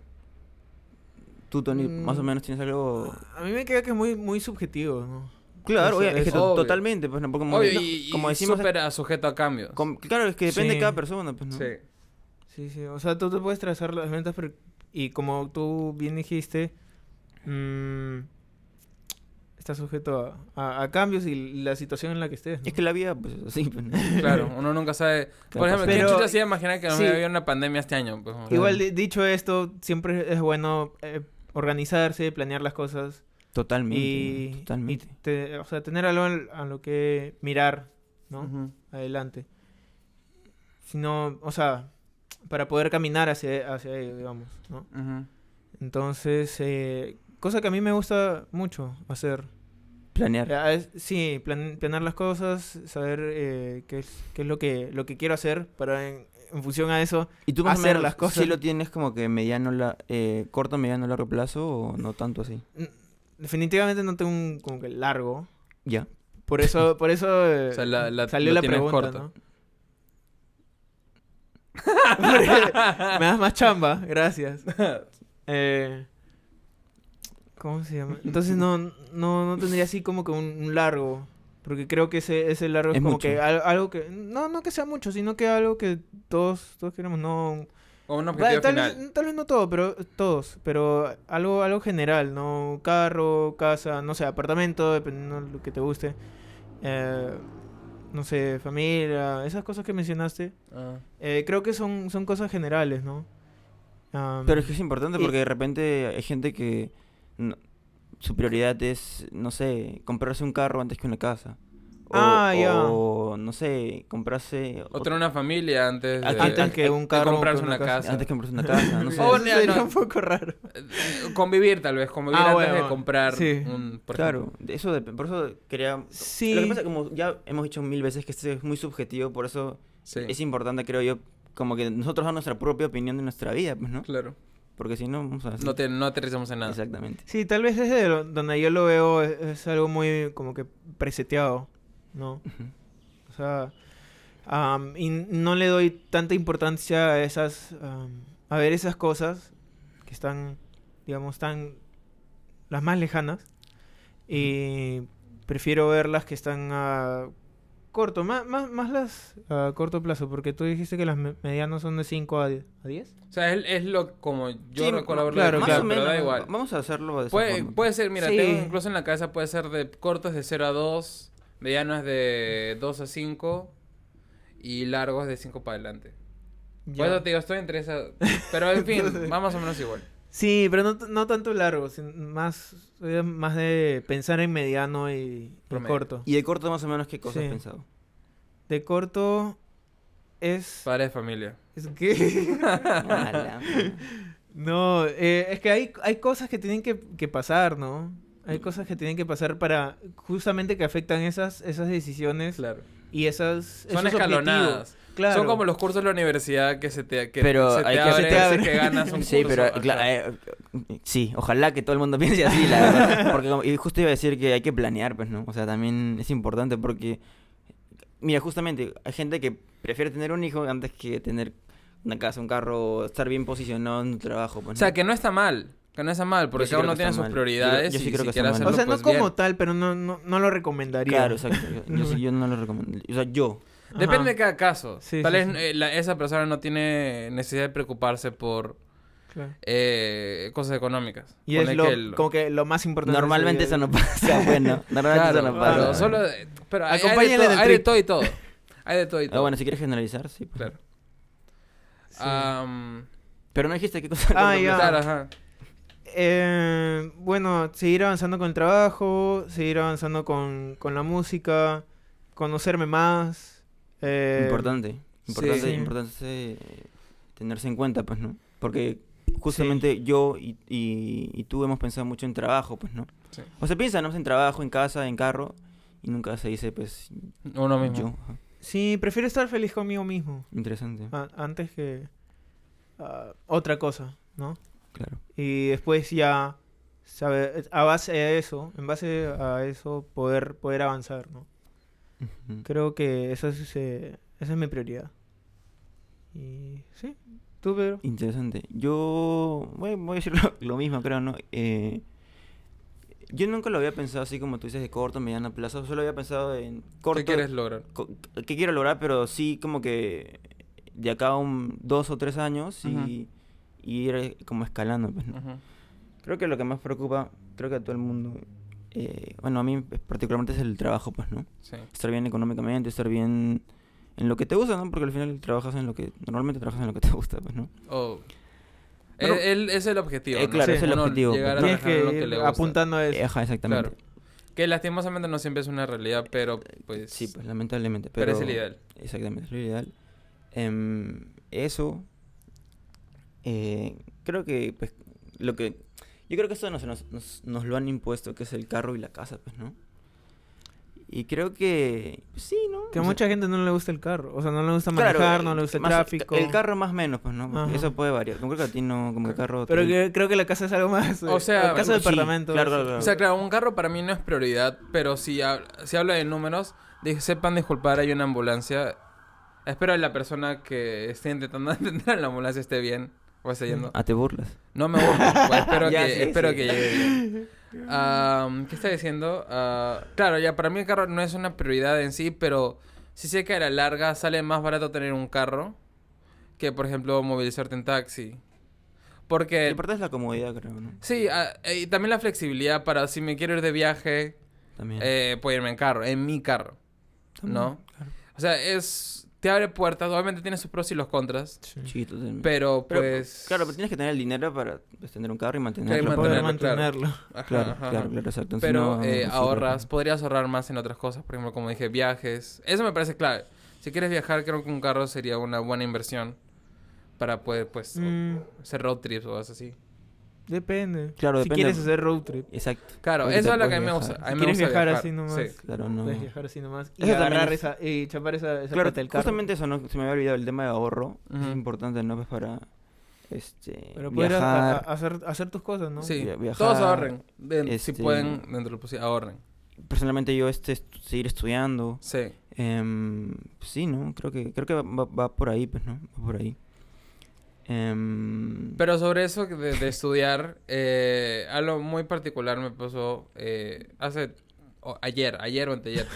[SPEAKER 2] Tú, Tony,
[SPEAKER 3] Mm. Ah,
[SPEAKER 2] más o menos tienes algo...
[SPEAKER 3] A mí me queda que es muy, muy subjetivo, ¿no?
[SPEAKER 2] Claro,
[SPEAKER 3] Eso-
[SPEAKER 2] oye, es que
[SPEAKER 1] eso-
[SPEAKER 2] to-
[SPEAKER 1] obvio.
[SPEAKER 2] totalmente, pues, ¿no? Porque Como,
[SPEAKER 1] Obvio,
[SPEAKER 2] no,
[SPEAKER 1] y,
[SPEAKER 2] como decimos...
[SPEAKER 1] decimos. sujeto a cambios.
[SPEAKER 2] com- claro, es que depende
[SPEAKER 3] Sí.
[SPEAKER 2] de cada persona, pues, ¿no?
[SPEAKER 1] Sí.
[SPEAKER 3] Sí, sí. O sea, tú te puedes trazar las ventas, pero... Y como tú bien dijiste, mm, está sujeto a, a- a cambios y la situación en la que estés. ¿no?
[SPEAKER 2] Es que la vida, pues, así, pues, ¿no?
[SPEAKER 1] Claro, uno nunca sabe. Por ejemplo,
[SPEAKER 2] Pero-
[SPEAKER 1] ¿quién chucha se iba a imaginar que no
[SPEAKER 3] sí.
[SPEAKER 1] había una pandemia este año? Pues,
[SPEAKER 3] Igual, di- dicho esto, siempre es bueno eh, organizarse, planear las cosas.
[SPEAKER 2] Totalmente.
[SPEAKER 3] y,
[SPEAKER 2] ¿no? Totalmente.
[SPEAKER 3] y te- o sea, tener algo al- a lo que mirar, ¿no?
[SPEAKER 1] Ujú.
[SPEAKER 3] Adelante. Sino, o sea, para poder caminar hacia, hacia ello, digamos, ¿no?
[SPEAKER 1] Ujú.
[SPEAKER 3] Entonces, eh, cosa que a mí me gusta mucho hacer.
[SPEAKER 2] Planear.
[SPEAKER 3] Ah, es- sí, plan- planear las cosas, saber eh, qué, es, qué es lo que, lo que quiero hacer para en, en función a eso.
[SPEAKER 2] ¿Y tú más o
[SPEAKER 3] hacer
[SPEAKER 2] menos
[SPEAKER 3] las cosas.
[SPEAKER 2] sí lo tienes como que mediano, la, eh, corto, mediano, largo plazo o no tanto así?
[SPEAKER 3] N- Definitivamente no tengo un como que largo.
[SPEAKER 2] Ya.
[SPEAKER 3] Por eso, por eso eh,
[SPEAKER 1] O sea, la- la-
[SPEAKER 3] salió
[SPEAKER 1] lo
[SPEAKER 3] la
[SPEAKER 1] tienes
[SPEAKER 3] pregunta,
[SPEAKER 1] corto.
[SPEAKER 3] ¿no? Me das más chamba, gracias. Eh, ¿Cómo se llama? Entonces no, no, no tendría así como que un, un largo. Porque creo que ese, ese largo es,
[SPEAKER 2] Es
[SPEAKER 3] como
[SPEAKER 2] mucho.
[SPEAKER 3] que al- algo que. No, no que sea mucho, sino que algo que todos, todos queremos. No.
[SPEAKER 1] Con un objetivo
[SPEAKER 3] Vale, tal,
[SPEAKER 1] final.
[SPEAKER 3] vez, tal vez no todo, pero todos. Pero algo, algo general, ¿no? Carro, casa, no sé, apartamento, dependiendo de lo que te guste. Eh, no sé, familia, esas cosas que mencionaste.
[SPEAKER 1] Ah.
[SPEAKER 3] Eh, creo que son, son cosas generales, ¿no? Am,
[SPEAKER 2] Pero es que es importante
[SPEAKER 3] Y-
[SPEAKER 2] porque de repente hay gente que no- su prioridad es, no sé, comprarse un carro antes que una casa. O,
[SPEAKER 3] Ah, ya.
[SPEAKER 2] O, no sé, comprarse...
[SPEAKER 1] O tener una familia antes de,
[SPEAKER 2] Antes
[SPEAKER 3] antes que un carro. o que
[SPEAKER 1] comprarse una casa.
[SPEAKER 2] Antes que comprarse una casa, no sé.
[SPEAKER 1] O
[SPEAKER 3] Eso
[SPEAKER 1] no,
[SPEAKER 3] ah, sería
[SPEAKER 1] Oh, no.
[SPEAKER 3] un poco raro.
[SPEAKER 1] Eh, Convivir tal vez, convivir
[SPEAKER 3] Ah,
[SPEAKER 1] antes
[SPEAKER 3] bueno,
[SPEAKER 1] de
[SPEAKER 3] bueno.
[SPEAKER 1] comprar
[SPEAKER 3] Sí.
[SPEAKER 1] un... por
[SPEAKER 2] Claro, de eso dep- por eso quería...
[SPEAKER 3] Sí.
[SPEAKER 2] Lo que pasa, como ya hemos dicho mil veces, que esto es muy subjetivo, por eso
[SPEAKER 1] ejemplo. Sí,
[SPEAKER 2] es importante, creo yo, como que nosotros dar nuestra propia opinión de nuestra vida, pues, ¿no?
[SPEAKER 1] claro.
[SPEAKER 2] Porque si no, vamos a...
[SPEAKER 1] No, te, no aterrizamos en nada.
[SPEAKER 2] Exactamente.
[SPEAKER 3] Sí, tal vez desde lo- donde yo lo veo es, es algo muy como que preseteado, ¿no? O sea, am, y no le doy tanta importancia a esas, am, a ver esas cosas que están, digamos, tan las más lejanas. Y prefiero ver las que están a corto, más, más, más las a corto plazo, porque tú dijiste que las me- medianas son de 5 a 10. ¿A 10?
[SPEAKER 1] O sea, es, es lo como yo
[SPEAKER 2] Sí,
[SPEAKER 1] recuerdo haberlo
[SPEAKER 3] claro,
[SPEAKER 1] escuchado,
[SPEAKER 2] más
[SPEAKER 3] claro.
[SPEAKER 2] o
[SPEAKER 1] pero
[SPEAKER 2] menos,
[SPEAKER 1] da igual.
[SPEAKER 2] Vamos a hacerlo de esa
[SPEAKER 1] Puede,
[SPEAKER 2] forma.
[SPEAKER 1] puede ser, mira,
[SPEAKER 3] Sí.
[SPEAKER 1] tengo incluso en la cabeza puede ser de cortos de 0 a 2, medianos de 2 a 5 y largos de 5 para adelante. Por eso te digo, estoy entre esas. Pero en fin, va más o menos igual.
[SPEAKER 3] Sí, pero no, t- no tanto largo, sin- más, eh, más de pensar en mediano y, y
[SPEAKER 1] Promedio.
[SPEAKER 3] corto.
[SPEAKER 2] Y de corto más o menos qué cosas
[SPEAKER 3] Sí.
[SPEAKER 2] has pensado.
[SPEAKER 3] De corto es...
[SPEAKER 1] Padre de familia.
[SPEAKER 3] es que...
[SPEAKER 2] Ala,
[SPEAKER 3] no, eh, es que hay, hay cosas que tienen que, que pasar, ¿no?
[SPEAKER 1] Mm.
[SPEAKER 3] Hay cosas que tienen que pasar para justamente que afectan esas, esas decisiones
[SPEAKER 1] Claro.
[SPEAKER 3] y esas...
[SPEAKER 1] Son
[SPEAKER 3] esos
[SPEAKER 1] escalonadas.
[SPEAKER 3] objetivos. Claro.
[SPEAKER 1] Son como los cursos de la universidad que se te, que
[SPEAKER 2] Pero
[SPEAKER 1] se te
[SPEAKER 2] hay que-
[SPEAKER 1] abre
[SPEAKER 2] se te
[SPEAKER 1] ese
[SPEAKER 3] abre.
[SPEAKER 1] que ganas un
[SPEAKER 2] Sí,
[SPEAKER 1] curso.
[SPEAKER 2] pero
[SPEAKER 1] Ajá.
[SPEAKER 2] cla- eh, eh, sí, ojalá que todo el mundo piense así, la verdad. Porque como- y justo iba a decir que hay que planear, pues, ¿no? O sea, también es importante porque, mira, justamente hay gente que prefiere tener un hijo antes que tener una casa, un carro, o estar bien posicionado en un trabajo. Pues,
[SPEAKER 1] O sea,
[SPEAKER 2] ¿no?
[SPEAKER 1] que no está mal. Que no está mal, porque
[SPEAKER 2] sí
[SPEAKER 1] cada
[SPEAKER 2] creo
[SPEAKER 1] uno
[SPEAKER 2] que
[SPEAKER 1] tiene
[SPEAKER 2] está
[SPEAKER 1] sus
[SPEAKER 2] mal. Yo-
[SPEAKER 1] prioridades
[SPEAKER 2] yo sí
[SPEAKER 1] y
[SPEAKER 2] creo
[SPEAKER 1] si
[SPEAKER 2] que
[SPEAKER 1] quiere
[SPEAKER 2] está mal.
[SPEAKER 1] hacerlo,
[SPEAKER 3] O sea,
[SPEAKER 1] pues
[SPEAKER 3] no como
[SPEAKER 1] bien.
[SPEAKER 3] tal, pero no, no, no lo recomendaría.
[SPEAKER 2] Claro, exacto. Yo, yo sí- yo no lo recomiendo. O sea, yo.
[SPEAKER 3] Ajá.
[SPEAKER 1] Depende de cada caso.
[SPEAKER 3] Sí,
[SPEAKER 1] Tal
[SPEAKER 3] sí,
[SPEAKER 1] vez
[SPEAKER 3] sí.
[SPEAKER 1] eh, la- esa persona no tiene necesidad de preocuparse por
[SPEAKER 3] Claro.
[SPEAKER 1] eh, cosas económicas.
[SPEAKER 3] Y
[SPEAKER 1] Ponle
[SPEAKER 3] es lo,
[SPEAKER 1] que el-
[SPEAKER 3] como que lo más importante. de su
[SPEAKER 2] Normalmente
[SPEAKER 3] vida.
[SPEAKER 2] eso no pasa, bueno. Normalmente
[SPEAKER 1] Claro,
[SPEAKER 2] eso no
[SPEAKER 1] claro,
[SPEAKER 2] pasa.
[SPEAKER 1] solo... Pero hay, hay de,
[SPEAKER 3] Acompáñenle
[SPEAKER 1] todo,
[SPEAKER 3] en el
[SPEAKER 1] hay de
[SPEAKER 3] trip.
[SPEAKER 1] todo y todo. Hay de todo y todo.
[SPEAKER 2] Ah, bueno, si quieres generalizar, sí. pues.
[SPEAKER 1] Claro.
[SPEAKER 3] Sí.
[SPEAKER 1] Am,
[SPEAKER 2] Pero no dijiste qué cosa.
[SPEAKER 3] Ah, ya.
[SPEAKER 1] claro, ajá.
[SPEAKER 3] Eh, bueno, seguir avanzando con el trabajo, seguir avanzando con, con la música, conocerme más. eh,
[SPEAKER 2] Importante, importante,
[SPEAKER 3] sí.
[SPEAKER 2] importante eh, tenerse en cuenta, pues, ¿no? Porque justamente yo y, y- y tú hemos pensado mucho en trabajo, pues, ¿no?
[SPEAKER 1] Sí.
[SPEAKER 2] O sea, piensa, ¿no? En trabajo, en casa, en carro, y nunca se dice, pues,
[SPEAKER 1] Uno mismo.
[SPEAKER 2] yo. Ajá.
[SPEAKER 3] Sí, prefiero estar feliz conmigo mismo
[SPEAKER 2] Interesante,
[SPEAKER 3] a- antes que ah, otra cosa, ¿no?
[SPEAKER 2] claro.
[SPEAKER 3] Y después ya, sabe, a base de eso, en base a eso, poder, poder avanzar, ¿no?
[SPEAKER 2] Ujú.
[SPEAKER 3] Creo que eso es, eh, esa es mi prioridad. Y sí, tú, Pedro.
[SPEAKER 2] Interesante. Yo voy, voy a decir lo, lo mismo, creo, ¿no? Eh, yo nunca lo había pensado así como tú dices, de corto, mediano plazo. Solo había pensado en corto,
[SPEAKER 1] ¿Qué quieres lograr?
[SPEAKER 2] co- que quiero lograr, pero sí como que de acá a un, dos o tres años y, y ir eh, como escalando. pues, ¿no?
[SPEAKER 1] Ujú.
[SPEAKER 2] Creo que lo que más preocupa, creo que a todo el mundo, eh, bueno, a mí particularmente es el trabajo, pues, ¿no?
[SPEAKER 1] Sí.
[SPEAKER 2] Estar bien económicamente, estar bien en lo que te gusta, ¿no? Porque al final trabajas en lo que, normalmente trabajas en lo que te gusta, pues, ¿no?
[SPEAKER 1] O Él, él- es el objetivo.
[SPEAKER 2] Eh,
[SPEAKER 1] ¿no?
[SPEAKER 2] claro,
[SPEAKER 3] es el
[SPEAKER 1] Uno
[SPEAKER 2] objetivo,
[SPEAKER 1] Llegar a
[SPEAKER 2] porque-
[SPEAKER 3] Tienes
[SPEAKER 1] trabajar
[SPEAKER 3] que
[SPEAKER 1] en lo que
[SPEAKER 3] ir
[SPEAKER 1] le gusta.
[SPEAKER 3] apuntando a eso.
[SPEAKER 2] Ajá, exactamente.
[SPEAKER 1] Claro. Que lastimosamente no siempre es una realidad, pero pues.
[SPEAKER 2] Sí, pues lamentablemente. Pero,
[SPEAKER 1] pero es el ideal.
[SPEAKER 2] Exactamente, es lo ideal. Em, eso. eh, creo que, pues, lo que. Yo creo que eso nos, nos, nos- nos lo han impuesto, que es el carro y la casa, pues, ¿no? Y creo que. pues, Sí, ¿no?
[SPEAKER 3] Que a
[SPEAKER 2] O sea,
[SPEAKER 3] mucha gente no le gusta el carro. O sea, no le gusta manejar,
[SPEAKER 2] claro, eh,
[SPEAKER 3] no le gusta el
[SPEAKER 2] más-
[SPEAKER 3] tráfico.
[SPEAKER 2] El carro más o menos, pues, ¿no? Porque
[SPEAKER 3] Ajá.
[SPEAKER 2] Eso puede variar. Como creo que a ti no, como el carro.
[SPEAKER 3] Pero
[SPEAKER 2] te-
[SPEAKER 3] que- creo que la casa es algo más.
[SPEAKER 1] O sea,
[SPEAKER 3] la casa de
[SPEAKER 2] sí,
[SPEAKER 3] departamento.
[SPEAKER 2] claro, claro, claro.
[SPEAKER 1] O sea, claro, un carro para mí no es prioridad, pero si, hab- si habla de números, de- sepan disculpar, hay una ambulancia. Espero que la persona que esté intentando atender a la ambulancia esté bien o esté yendo.
[SPEAKER 2] Ah, te burlas.
[SPEAKER 1] No me burlo, pues, espero,
[SPEAKER 2] Ya,
[SPEAKER 1] que,
[SPEAKER 2] sí,
[SPEAKER 1] espero
[SPEAKER 2] sí.
[SPEAKER 1] que llegue bien. Am, ¿Qué está diciendo? Ah, claro, ya para mí el carro no es una prioridad en sí, pero sí sé que a la larga sale más barato tener un carro que, por ejemplo, movilizarte en taxi.
[SPEAKER 2] Lo
[SPEAKER 1] Porque
[SPEAKER 2] importante es la comodidad, creo, ¿no?
[SPEAKER 1] Sí, ah, eh, y también la flexibilidad para si me quiero ir de viaje,
[SPEAKER 2] También.
[SPEAKER 1] eh, puedo irme en carro, en mi carro,
[SPEAKER 2] También,
[SPEAKER 1] ¿no?
[SPEAKER 2] claro.
[SPEAKER 1] O sea, es... Te abre puertas, obviamente tiene sus pros y los contras,
[SPEAKER 2] Sí, totalmente.
[SPEAKER 1] pero
[SPEAKER 2] Pero,
[SPEAKER 1] pues...
[SPEAKER 2] Claro, pero tienes que tener el dinero para pues, tener un carro
[SPEAKER 1] Claro,
[SPEAKER 2] y mantenerlo.
[SPEAKER 1] y
[SPEAKER 3] Para
[SPEAKER 2] pues.
[SPEAKER 3] poder
[SPEAKER 1] mantenerlo, claro.
[SPEAKER 3] mantenerlo.
[SPEAKER 1] Ajá,
[SPEAKER 2] Claro,
[SPEAKER 1] ajá.
[SPEAKER 2] claro, claro, exacto. Entonces,
[SPEAKER 1] Pero
[SPEAKER 2] no, pues,
[SPEAKER 1] eh,
[SPEAKER 2] no sirve.
[SPEAKER 1] ahorras, podrías ahorrar más en otras cosas, por ejemplo, como dije, viajes. Eso me parece clave. Si quieres viajar, creo que un carro sería una buena inversión para poder, pues, o-
[SPEAKER 3] Mm,
[SPEAKER 1] hacer road trips o cosas así.
[SPEAKER 3] depende.
[SPEAKER 2] Claro,
[SPEAKER 3] Si
[SPEAKER 2] depende.
[SPEAKER 3] quieres hacer road trip.
[SPEAKER 2] Exacto.
[SPEAKER 1] Claro,
[SPEAKER 2] Porque
[SPEAKER 1] eso
[SPEAKER 2] te
[SPEAKER 1] es lo que a
[SPEAKER 2] puedes
[SPEAKER 1] mí me
[SPEAKER 2] viajar.
[SPEAKER 1] gusta. A mí
[SPEAKER 3] Si
[SPEAKER 1] me
[SPEAKER 3] quieres
[SPEAKER 1] gusta
[SPEAKER 3] viajar así nomás.
[SPEAKER 1] Sí.
[SPEAKER 2] Claro, no.
[SPEAKER 3] Puedes viajar así nomás. Y
[SPEAKER 2] Eso también
[SPEAKER 3] agarrar
[SPEAKER 2] es-
[SPEAKER 3] esa... Y chapar esa, esa
[SPEAKER 2] Claro,
[SPEAKER 3] parte del carro.
[SPEAKER 2] justamente eso, ¿no? Se me había olvidado el tema de ahorro. Es
[SPEAKER 1] Ujú.
[SPEAKER 2] importante, ¿no? Pues para este,
[SPEAKER 3] Pero poder a- a-
[SPEAKER 2] viajar.
[SPEAKER 3] a- hacer, hacer tus cosas, ¿no?
[SPEAKER 1] Sí,
[SPEAKER 2] Via-
[SPEAKER 1] todos
[SPEAKER 2] viajar,
[SPEAKER 1] ahorren. Den- Si
[SPEAKER 2] este-
[SPEAKER 1] pueden, dentro de lo posible, ahorren.
[SPEAKER 2] Personalmente yo este est- seguir estudiando.
[SPEAKER 1] Sí.
[SPEAKER 2] Em, pues sí, ¿no? Creo que creo que va, va- va por ahí, pues, ¿no? Va por ahí. Em,
[SPEAKER 1] Pero sobre eso de, de estudiar, eh, algo muy particular me pasó eh, hace... o ayer, ayer o anteayer.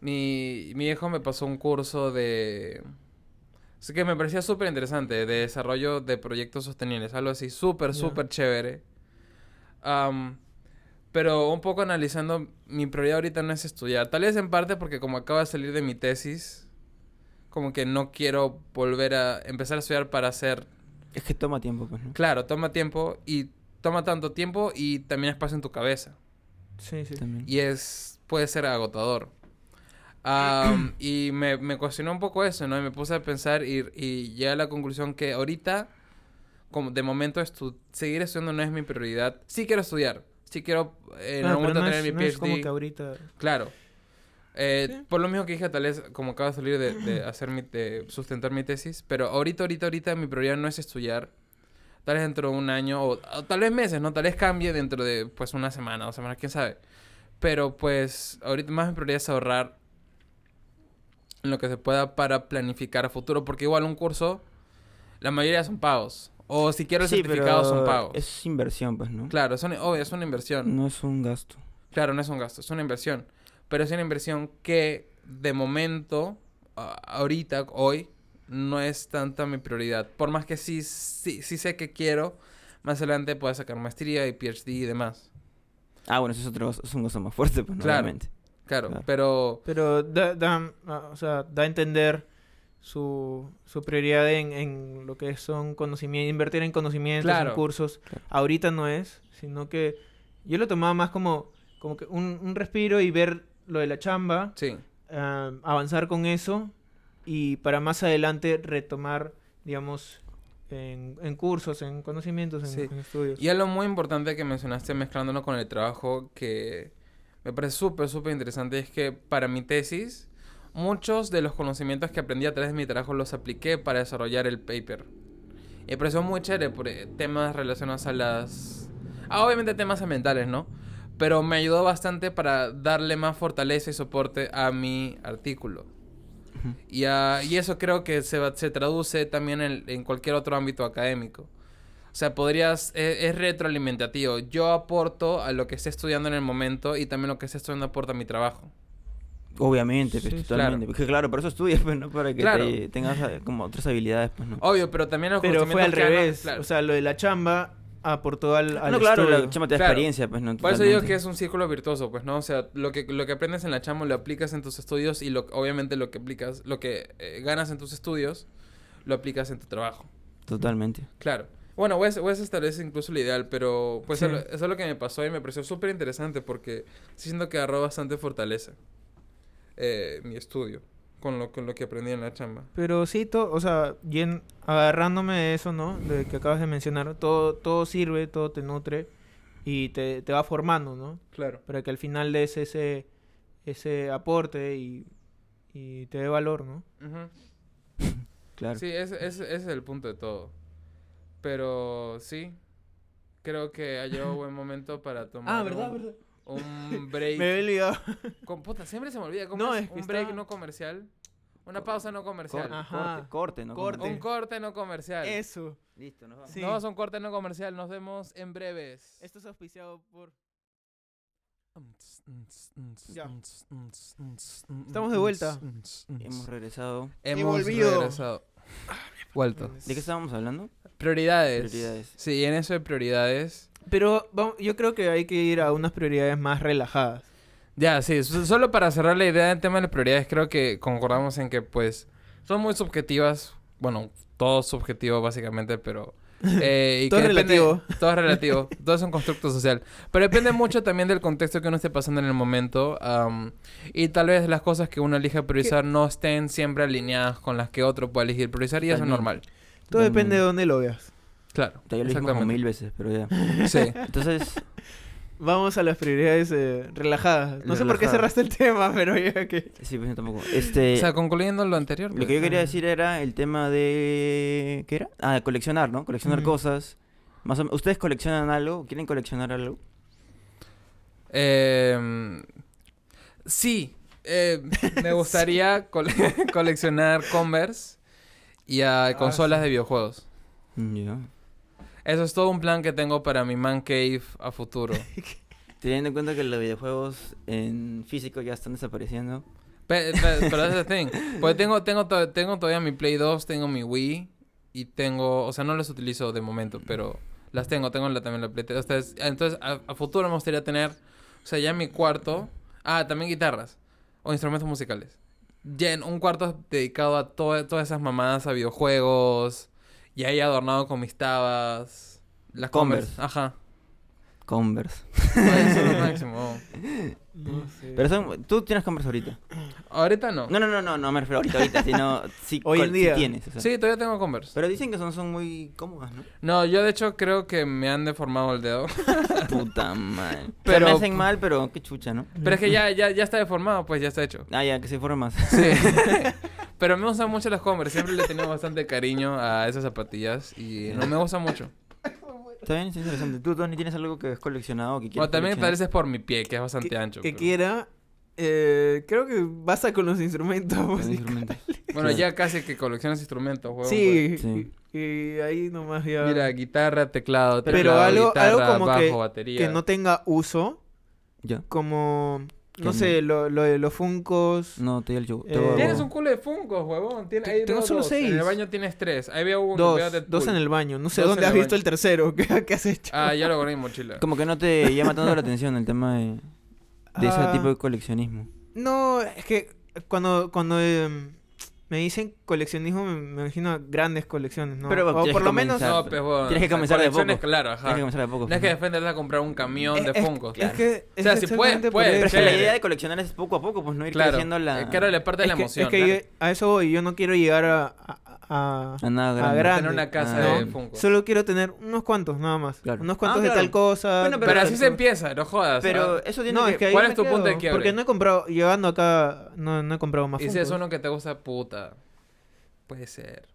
[SPEAKER 1] mi, mi hijo me pasó un curso de... Así que me parecía súper interesante, de desarrollo de proyectos sostenibles, algo así, súper,
[SPEAKER 3] Ya.
[SPEAKER 1] súper chévere. Am, pero un poco analizando, mi prioridad ahorita no es estudiar. Tal vez en parte porque como acaba de salir de mi tesis, como que no quiero volver a empezar a estudiar para hacer
[SPEAKER 2] es que toma tiempo, pues, ¿no?
[SPEAKER 1] Claro, toma tiempo y toma tanto tiempo y también espacio en tu cabeza.
[SPEAKER 3] Sí, sí.
[SPEAKER 2] También.
[SPEAKER 1] Y es, puede ser agotador. Am, y me, me cuestionó un poco eso, ¿no? Y me puse a pensar y, y llegué a la conclusión que ahorita, como de momento, estu- seguir estudiando no es mi prioridad. Sí quiero estudiar, sí quiero eh, en
[SPEAKER 3] Claro,
[SPEAKER 1] algún momento
[SPEAKER 3] pero no
[SPEAKER 1] tener
[SPEAKER 3] es-
[SPEAKER 1] mi
[SPEAKER 3] no es como
[SPEAKER 1] PhD.
[SPEAKER 3] que ahorita...
[SPEAKER 1] Claro. Eh,
[SPEAKER 3] Sí.
[SPEAKER 1] Por lo mismo que dije, tal vez como acabo de salir de, de hacer mi, de sustentar mi tesis, pero ahorita, ahorita, ahorita mi prioridad no es estudiar. Tal vez dentro de un año o, o tal vez meses, ¿no? Tal vez cambie dentro de pues una semana, dos semanas, quién sabe. Pero pues ahorita más mi prioridad es ahorrar en lo que se pueda para planificar a futuro, porque igual un curso, la mayoría son pagos. O si quiero el certificado son pagos.
[SPEAKER 2] Es inversión, pues, ¿no?
[SPEAKER 1] Claro, son, obvio, es una inversión.
[SPEAKER 2] No es un gasto.
[SPEAKER 1] Claro, no es un gasto, es una inversión. Pero es una inversión que de momento, a- ahorita, hoy, no es tanta mi prioridad. Por más que sí, sí, sí sé que quiero, más adelante pueda sacar maestría y PhD y demás.
[SPEAKER 2] Ah, bueno, eso es otro gasto- es un gasto más fuerte, pues, ¿no?
[SPEAKER 1] Claro.
[SPEAKER 2] Obviamente.
[SPEAKER 1] Claro,
[SPEAKER 2] Claro.
[SPEAKER 1] pero
[SPEAKER 3] Pero da, da- ah, o sea, da a entender su, su prioridad en, en lo que son conocimientos, invertir en conocimientos,
[SPEAKER 1] Claro.
[SPEAKER 3] en cursos.
[SPEAKER 2] Claro.
[SPEAKER 3] Ahorita no es, sino que yo lo tomaba más como, como que un, un respiro y ver lo de la chamba,
[SPEAKER 1] sí,
[SPEAKER 3] ah, avanzar con eso y para más adelante retomar, digamos, en, en cursos, en conocimientos, en,
[SPEAKER 1] Sí.
[SPEAKER 3] en estudios.
[SPEAKER 1] Y algo muy importante que mencionaste mezclándolo con el trabajo que me parece súper, súper interesante es que para mi tesis, muchos de los conocimientos que aprendí a través de mi trabajo los apliqué para desarrollar el paper. Y me pareció muy chévere por eh, temas relacionados a las... ah, obviamente temas ambientales, ¿no? Pero me ayudó bastante para darle más fortaleza y soporte a mi artículo.
[SPEAKER 2] Ujú.
[SPEAKER 1] Y, ah, y eso creo que se, va- se traduce también en, en cualquier otro ámbito académico. O sea, podrías, e- es, retroalimentativo. Yo aporto a lo que esté estudiando en el momento y también lo que esté estudiando aporta a mi trabajo.
[SPEAKER 2] Obviamente,
[SPEAKER 3] Sí,
[SPEAKER 2] pues,
[SPEAKER 3] sí.
[SPEAKER 1] Claro.
[SPEAKER 2] totalmente. Porque, claro, por eso estudias, pues, ¿no? Para que
[SPEAKER 1] Claro.
[SPEAKER 2] te- tengas ah, como otras habilidades, pues, ¿no?
[SPEAKER 1] Obvio, pero también los
[SPEAKER 3] Pero fue al
[SPEAKER 1] conocimientos que han-
[SPEAKER 3] revés,
[SPEAKER 1] claro.
[SPEAKER 3] o sea, lo de la chamba aportó al, al
[SPEAKER 2] no, claro,
[SPEAKER 3] estudio.
[SPEAKER 2] la chama te da
[SPEAKER 1] Claro.
[SPEAKER 2] experiencia, pues, ¿no?
[SPEAKER 1] Por eso digo
[SPEAKER 2] Totalmente.
[SPEAKER 1] que es un círculo virtuoso, pues, ¿no? O sea, lo que, lo que aprendes en la chamo lo aplicas en tus estudios y lo, obviamente lo que aplicas, lo que eh, ganas en tus estudios, lo aplicas en tu trabajo.
[SPEAKER 2] Totalmente.
[SPEAKER 1] Claro. Bueno, Wes, Wes establece incluso el ideal, pero pues
[SPEAKER 3] Sí.
[SPEAKER 1] eso eso es lo que me pasó y me pareció súper interesante porque sí siento que agarró bastante fortaleza eh, mi estudio con lo, con lo que aprendí en la chamba.
[SPEAKER 3] Pero sí, todo, o sea, bien, agarrándome de eso, ¿no? De que acabas de mencionar, todo, todo sirve, todo te nutre y te, te va formando, ¿no?
[SPEAKER 1] Claro.
[SPEAKER 3] Para que al final des ese, ese aporte y, y te dé valor, ¿no?
[SPEAKER 2] Claro.
[SPEAKER 1] Sí, ese, ese- ese es el punto de todo. Pero sí, creo que ha llegado buen momento para tomar un, un break.
[SPEAKER 3] Ah, Me he olvidado.
[SPEAKER 1] Con, puta, siempre se me olvida. ¿Cómo
[SPEAKER 3] No,
[SPEAKER 1] es
[SPEAKER 3] es que
[SPEAKER 1] un break
[SPEAKER 3] está-
[SPEAKER 1] no comercial? Una pausa no
[SPEAKER 2] Corte,
[SPEAKER 1] comercial.
[SPEAKER 3] Ah.
[SPEAKER 2] corte,
[SPEAKER 3] Ajá.
[SPEAKER 2] corte, ¿no?
[SPEAKER 3] Corte.
[SPEAKER 1] Un corte no comercial.
[SPEAKER 3] Eso.
[SPEAKER 2] Listo, nos vamos.
[SPEAKER 3] Sí.
[SPEAKER 1] No, son cortes no comercial. Nos vemos en breves.
[SPEAKER 3] Esto es auspiciado por... Ya.
[SPEAKER 1] Estamos
[SPEAKER 3] de vuelta.
[SPEAKER 2] Hemos regresado.
[SPEAKER 3] He
[SPEAKER 1] Hemos
[SPEAKER 3] volvido.
[SPEAKER 1] regresado. Vuelto.
[SPEAKER 2] ¿De qué estábamos hablando?
[SPEAKER 1] Prioridades.
[SPEAKER 2] Prioridades.
[SPEAKER 1] Sí, en eso de prioridades.
[SPEAKER 3] Pero vamos- yo creo que hay que ir a unas prioridades más relajadas.
[SPEAKER 1] Ya, sí. so- Solo para cerrar la idea del tema de las prioridades, creo que concordamos en que, pues, son muy subjetivas. Bueno, todo es subjetivo, básicamente, pero... eh, y
[SPEAKER 3] Todo
[SPEAKER 1] que
[SPEAKER 3] es
[SPEAKER 1] depende-
[SPEAKER 3] relativo.
[SPEAKER 1] Todo es relativo. todo es un constructo social. Pero depende mucho también del contexto que uno esté pasando en el momento. am, y tal vez las cosas que uno elija priorizar no estén siempre alineadas con las que otro pueda elegir priorizar. Y eso es
[SPEAKER 2] Totalmente.
[SPEAKER 1] normal.
[SPEAKER 3] Todo depende de
[SPEAKER 2] Mm,
[SPEAKER 3] dónde lo veas.
[SPEAKER 1] Claro.
[SPEAKER 2] Ya lo dijimos como mil veces, pero ya.
[SPEAKER 1] Sí.
[SPEAKER 2] Entonces,
[SPEAKER 3] Vamos a las prioridades eh, relajadas. No sé por qué
[SPEAKER 2] Relajadas.
[SPEAKER 3] cerraste el tema, pero ya que...
[SPEAKER 2] sí, pues yo tampoco. Este,
[SPEAKER 1] O sea, concluyendo lo anterior.
[SPEAKER 2] lo que
[SPEAKER 1] pues,
[SPEAKER 2] yo quería decir era el tema de... ¿Qué era? Ah, de coleccionar, ¿no? Coleccionar
[SPEAKER 3] Mm.
[SPEAKER 2] cosas. Más o menos, ¿Ustedes coleccionan algo? ¿Quieren coleccionar algo?
[SPEAKER 1] Eh, sí, eh, me gustaría cole- coleccionar Converse y ah,
[SPEAKER 3] Ah,
[SPEAKER 1] consolas
[SPEAKER 3] sí.
[SPEAKER 1] de videojuegos.
[SPEAKER 2] Mm, Ya.
[SPEAKER 1] Eso es todo un plan que tengo para mi man cave a futuro.
[SPEAKER 2] Teniendo en cuenta que los videojuegos en físico ya están desapareciendo.
[SPEAKER 1] Pe- pe- pero that's the thing. Pues tengo, tengo, to- tengo todavía mi Play 2, tengo mi Wii y tengo, o sea, no las utilizo de momento, pero las tengo, tengo la- también la Play 3. O sea, es- entonces, a, a futuro me gustaría tener, o sea, ya mi cuarto. Ah, también guitarras o instrumentos musicales. Ya en un cuarto dedicado a to- todas esas mamadas, a videojuegos, y ahí adornado con mis tabas. Las Converse.
[SPEAKER 2] Converse.
[SPEAKER 1] Ajá.
[SPEAKER 2] Converse.
[SPEAKER 1] Eso es lo máximo.
[SPEAKER 3] No sé.
[SPEAKER 2] Pero son, tú tienes Converse ahorita.
[SPEAKER 1] Ahorita no.
[SPEAKER 2] No, no, no, no, no me refiero ahorita, ahorita, sino si,
[SPEAKER 3] Hoy en
[SPEAKER 2] col-
[SPEAKER 3] día.
[SPEAKER 2] si tienes. o sea.
[SPEAKER 1] Sí, todavía tengo Converse.
[SPEAKER 2] Pero dicen que son, son muy cómodas, ¿no?
[SPEAKER 1] No, yo de hecho creo que me han deformado el dedo.
[SPEAKER 2] Puta madre. Pero
[SPEAKER 1] Pero-
[SPEAKER 2] me hacen mal, pero qué chucha, ¿no?
[SPEAKER 1] Pero es que ya, ya, ya está deformado, pues ya está hecho.
[SPEAKER 2] Ah, ya, que se fueron más.
[SPEAKER 1] Sí. Pero me gustan mucho las Converse. Siempre le he tenido bastante cariño a esas zapatillas y no me gustan mucho.
[SPEAKER 2] Está bien, es interesante. ¿Tú, Tony, tienes algo que has coleccionado o que quieres
[SPEAKER 1] Bueno, también tal vez
[SPEAKER 2] coleccionar?
[SPEAKER 1] es por mi pie, que es bastante
[SPEAKER 3] que,
[SPEAKER 1] ancho.
[SPEAKER 3] que
[SPEAKER 1] pero-
[SPEAKER 3] quiera. eh, creo que basta con los instrumentos.
[SPEAKER 2] Con
[SPEAKER 3] musicales.
[SPEAKER 2] instrumentos.
[SPEAKER 1] Bueno,
[SPEAKER 2] Claro.
[SPEAKER 1] ya casi que coleccionas instrumentos, huevón.
[SPEAKER 3] Sí,
[SPEAKER 2] Sí.
[SPEAKER 3] Y, y ahí nomás ya.
[SPEAKER 1] pues. Mira, guitarra, teclado,
[SPEAKER 3] Pero
[SPEAKER 1] teclado,
[SPEAKER 3] algo-
[SPEAKER 1] guitarra,
[SPEAKER 3] algo como
[SPEAKER 1] bajo,
[SPEAKER 3] que-
[SPEAKER 1] batería.
[SPEAKER 3] que no tenga uso,
[SPEAKER 2] Ya.
[SPEAKER 3] como.
[SPEAKER 2] Que
[SPEAKER 3] No sé, lo, lo de los funcos.
[SPEAKER 2] No, te doy el yugo. te
[SPEAKER 3] Eh,
[SPEAKER 2] doy el
[SPEAKER 1] Tienes
[SPEAKER 2] huevo.
[SPEAKER 1] un culo de fungos, huevón. Tien-
[SPEAKER 3] Te-
[SPEAKER 1] ahí
[SPEAKER 3] tengo
[SPEAKER 1] veo
[SPEAKER 3] solo
[SPEAKER 1] dos. En el
[SPEAKER 3] seis.
[SPEAKER 1] baño tienes tres. Ahí veo uno
[SPEAKER 3] dos,
[SPEAKER 1] que veo Deadpool.
[SPEAKER 3] dos en el baño. No sé
[SPEAKER 1] Dos en
[SPEAKER 3] dónde
[SPEAKER 1] el
[SPEAKER 3] has visto
[SPEAKER 1] baño.
[SPEAKER 3] el tercero. ¿Qué, qué has hecho?
[SPEAKER 1] Ah, ya lo guardé en mi mochila.
[SPEAKER 2] Como que no te llama tanto la atención el tema de, de
[SPEAKER 3] Ah,
[SPEAKER 2] ese tipo de coleccionismo.
[SPEAKER 3] No, es que cuando, cuando em, me dicen coleccionismo, me, me imagino a grandes colecciones, ¿no?
[SPEAKER 2] Pero
[SPEAKER 3] o
[SPEAKER 2] tienes
[SPEAKER 3] por
[SPEAKER 2] que
[SPEAKER 3] lo menos.
[SPEAKER 2] comenzar.
[SPEAKER 1] No, pues, huevón.
[SPEAKER 2] Tienes que comenzar de
[SPEAKER 1] Colecciones,
[SPEAKER 2] poco.
[SPEAKER 1] Claro,
[SPEAKER 2] Tienes
[SPEAKER 1] ajá.
[SPEAKER 2] que comenzar de poco.
[SPEAKER 1] No es que
[SPEAKER 2] pues,
[SPEAKER 1] defenderla a comprar un camión
[SPEAKER 3] Eh, Es-
[SPEAKER 1] de
[SPEAKER 3] es-
[SPEAKER 1] Funko.
[SPEAKER 3] Es que.
[SPEAKER 1] O sea, si puedes,
[SPEAKER 3] exactamente por
[SPEAKER 1] puedes,
[SPEAKER 2] Pero
[SPEAKER 3] eso.
[SPEAKER 2] es que la
[SPEAKER 1] chévere.
[SPEAKER 2] idea de coleccionar es poco a poco, pues no ir
[SPEAKER 1] Claro.
[SPEAKER 2] creciendo la...
[SPEAKER 1] Eh, Claro, la parte de
[SPEAKER 3] Es
[SPEAKER 1] la
[SPEAKER 3] que-
[SPEAKER 1] emoción.
[SPEAKER 3] Es que yo- a eso voy. Yo no quiero llegar a. a- a-
[SPEAKER 2] A nada grande.
[SPEAKER 3] grande.
[SPEAKER 1] Tener una casa
[SPEAKER 2] Ah,
[SPEAKER 1] de
[SPEAKER 2] no.
[SPEAKER 1] Funko.
[SPEAKER 3] Solo quiero tener unos cuantos, nada más.
[SPEAKER 2] Claro.
[SPEAKER 3] Unos cuantos
[SPEAKER 2] Ah,
[SPEAKER 3] de
[SPEAKER 2] claro.
[SPEAKER 3] tal cosa.
[SPEAKER 2] Bueno,
[SPEAKER 1] Pero, así se empieza, no jodas. ¿ah?
[SPEAKER 2] Pero
[SPEAKER 1] Pero...
[SPEAKER 2] eso tiene
[SPEAKER 3] No,
[SPEAKER 2] que...
[SPEAKER 3] es que ahí
[SPEAKER 1] ¿Cuál
[SPEAKER 3] me
[SPEAKER 1] es tu punto de
[SPEAKER 3] quedo,
[SPEAKER 1] quiebre?
[SPEAKER 3] Porque no he comprado. Llegando acá, no, no he comprado más.
[SPEAKER 1] Y si es
[SPEAKER 3] Funkos.
[SPEAKER 1] uno que te gusta, puta. Puede ser.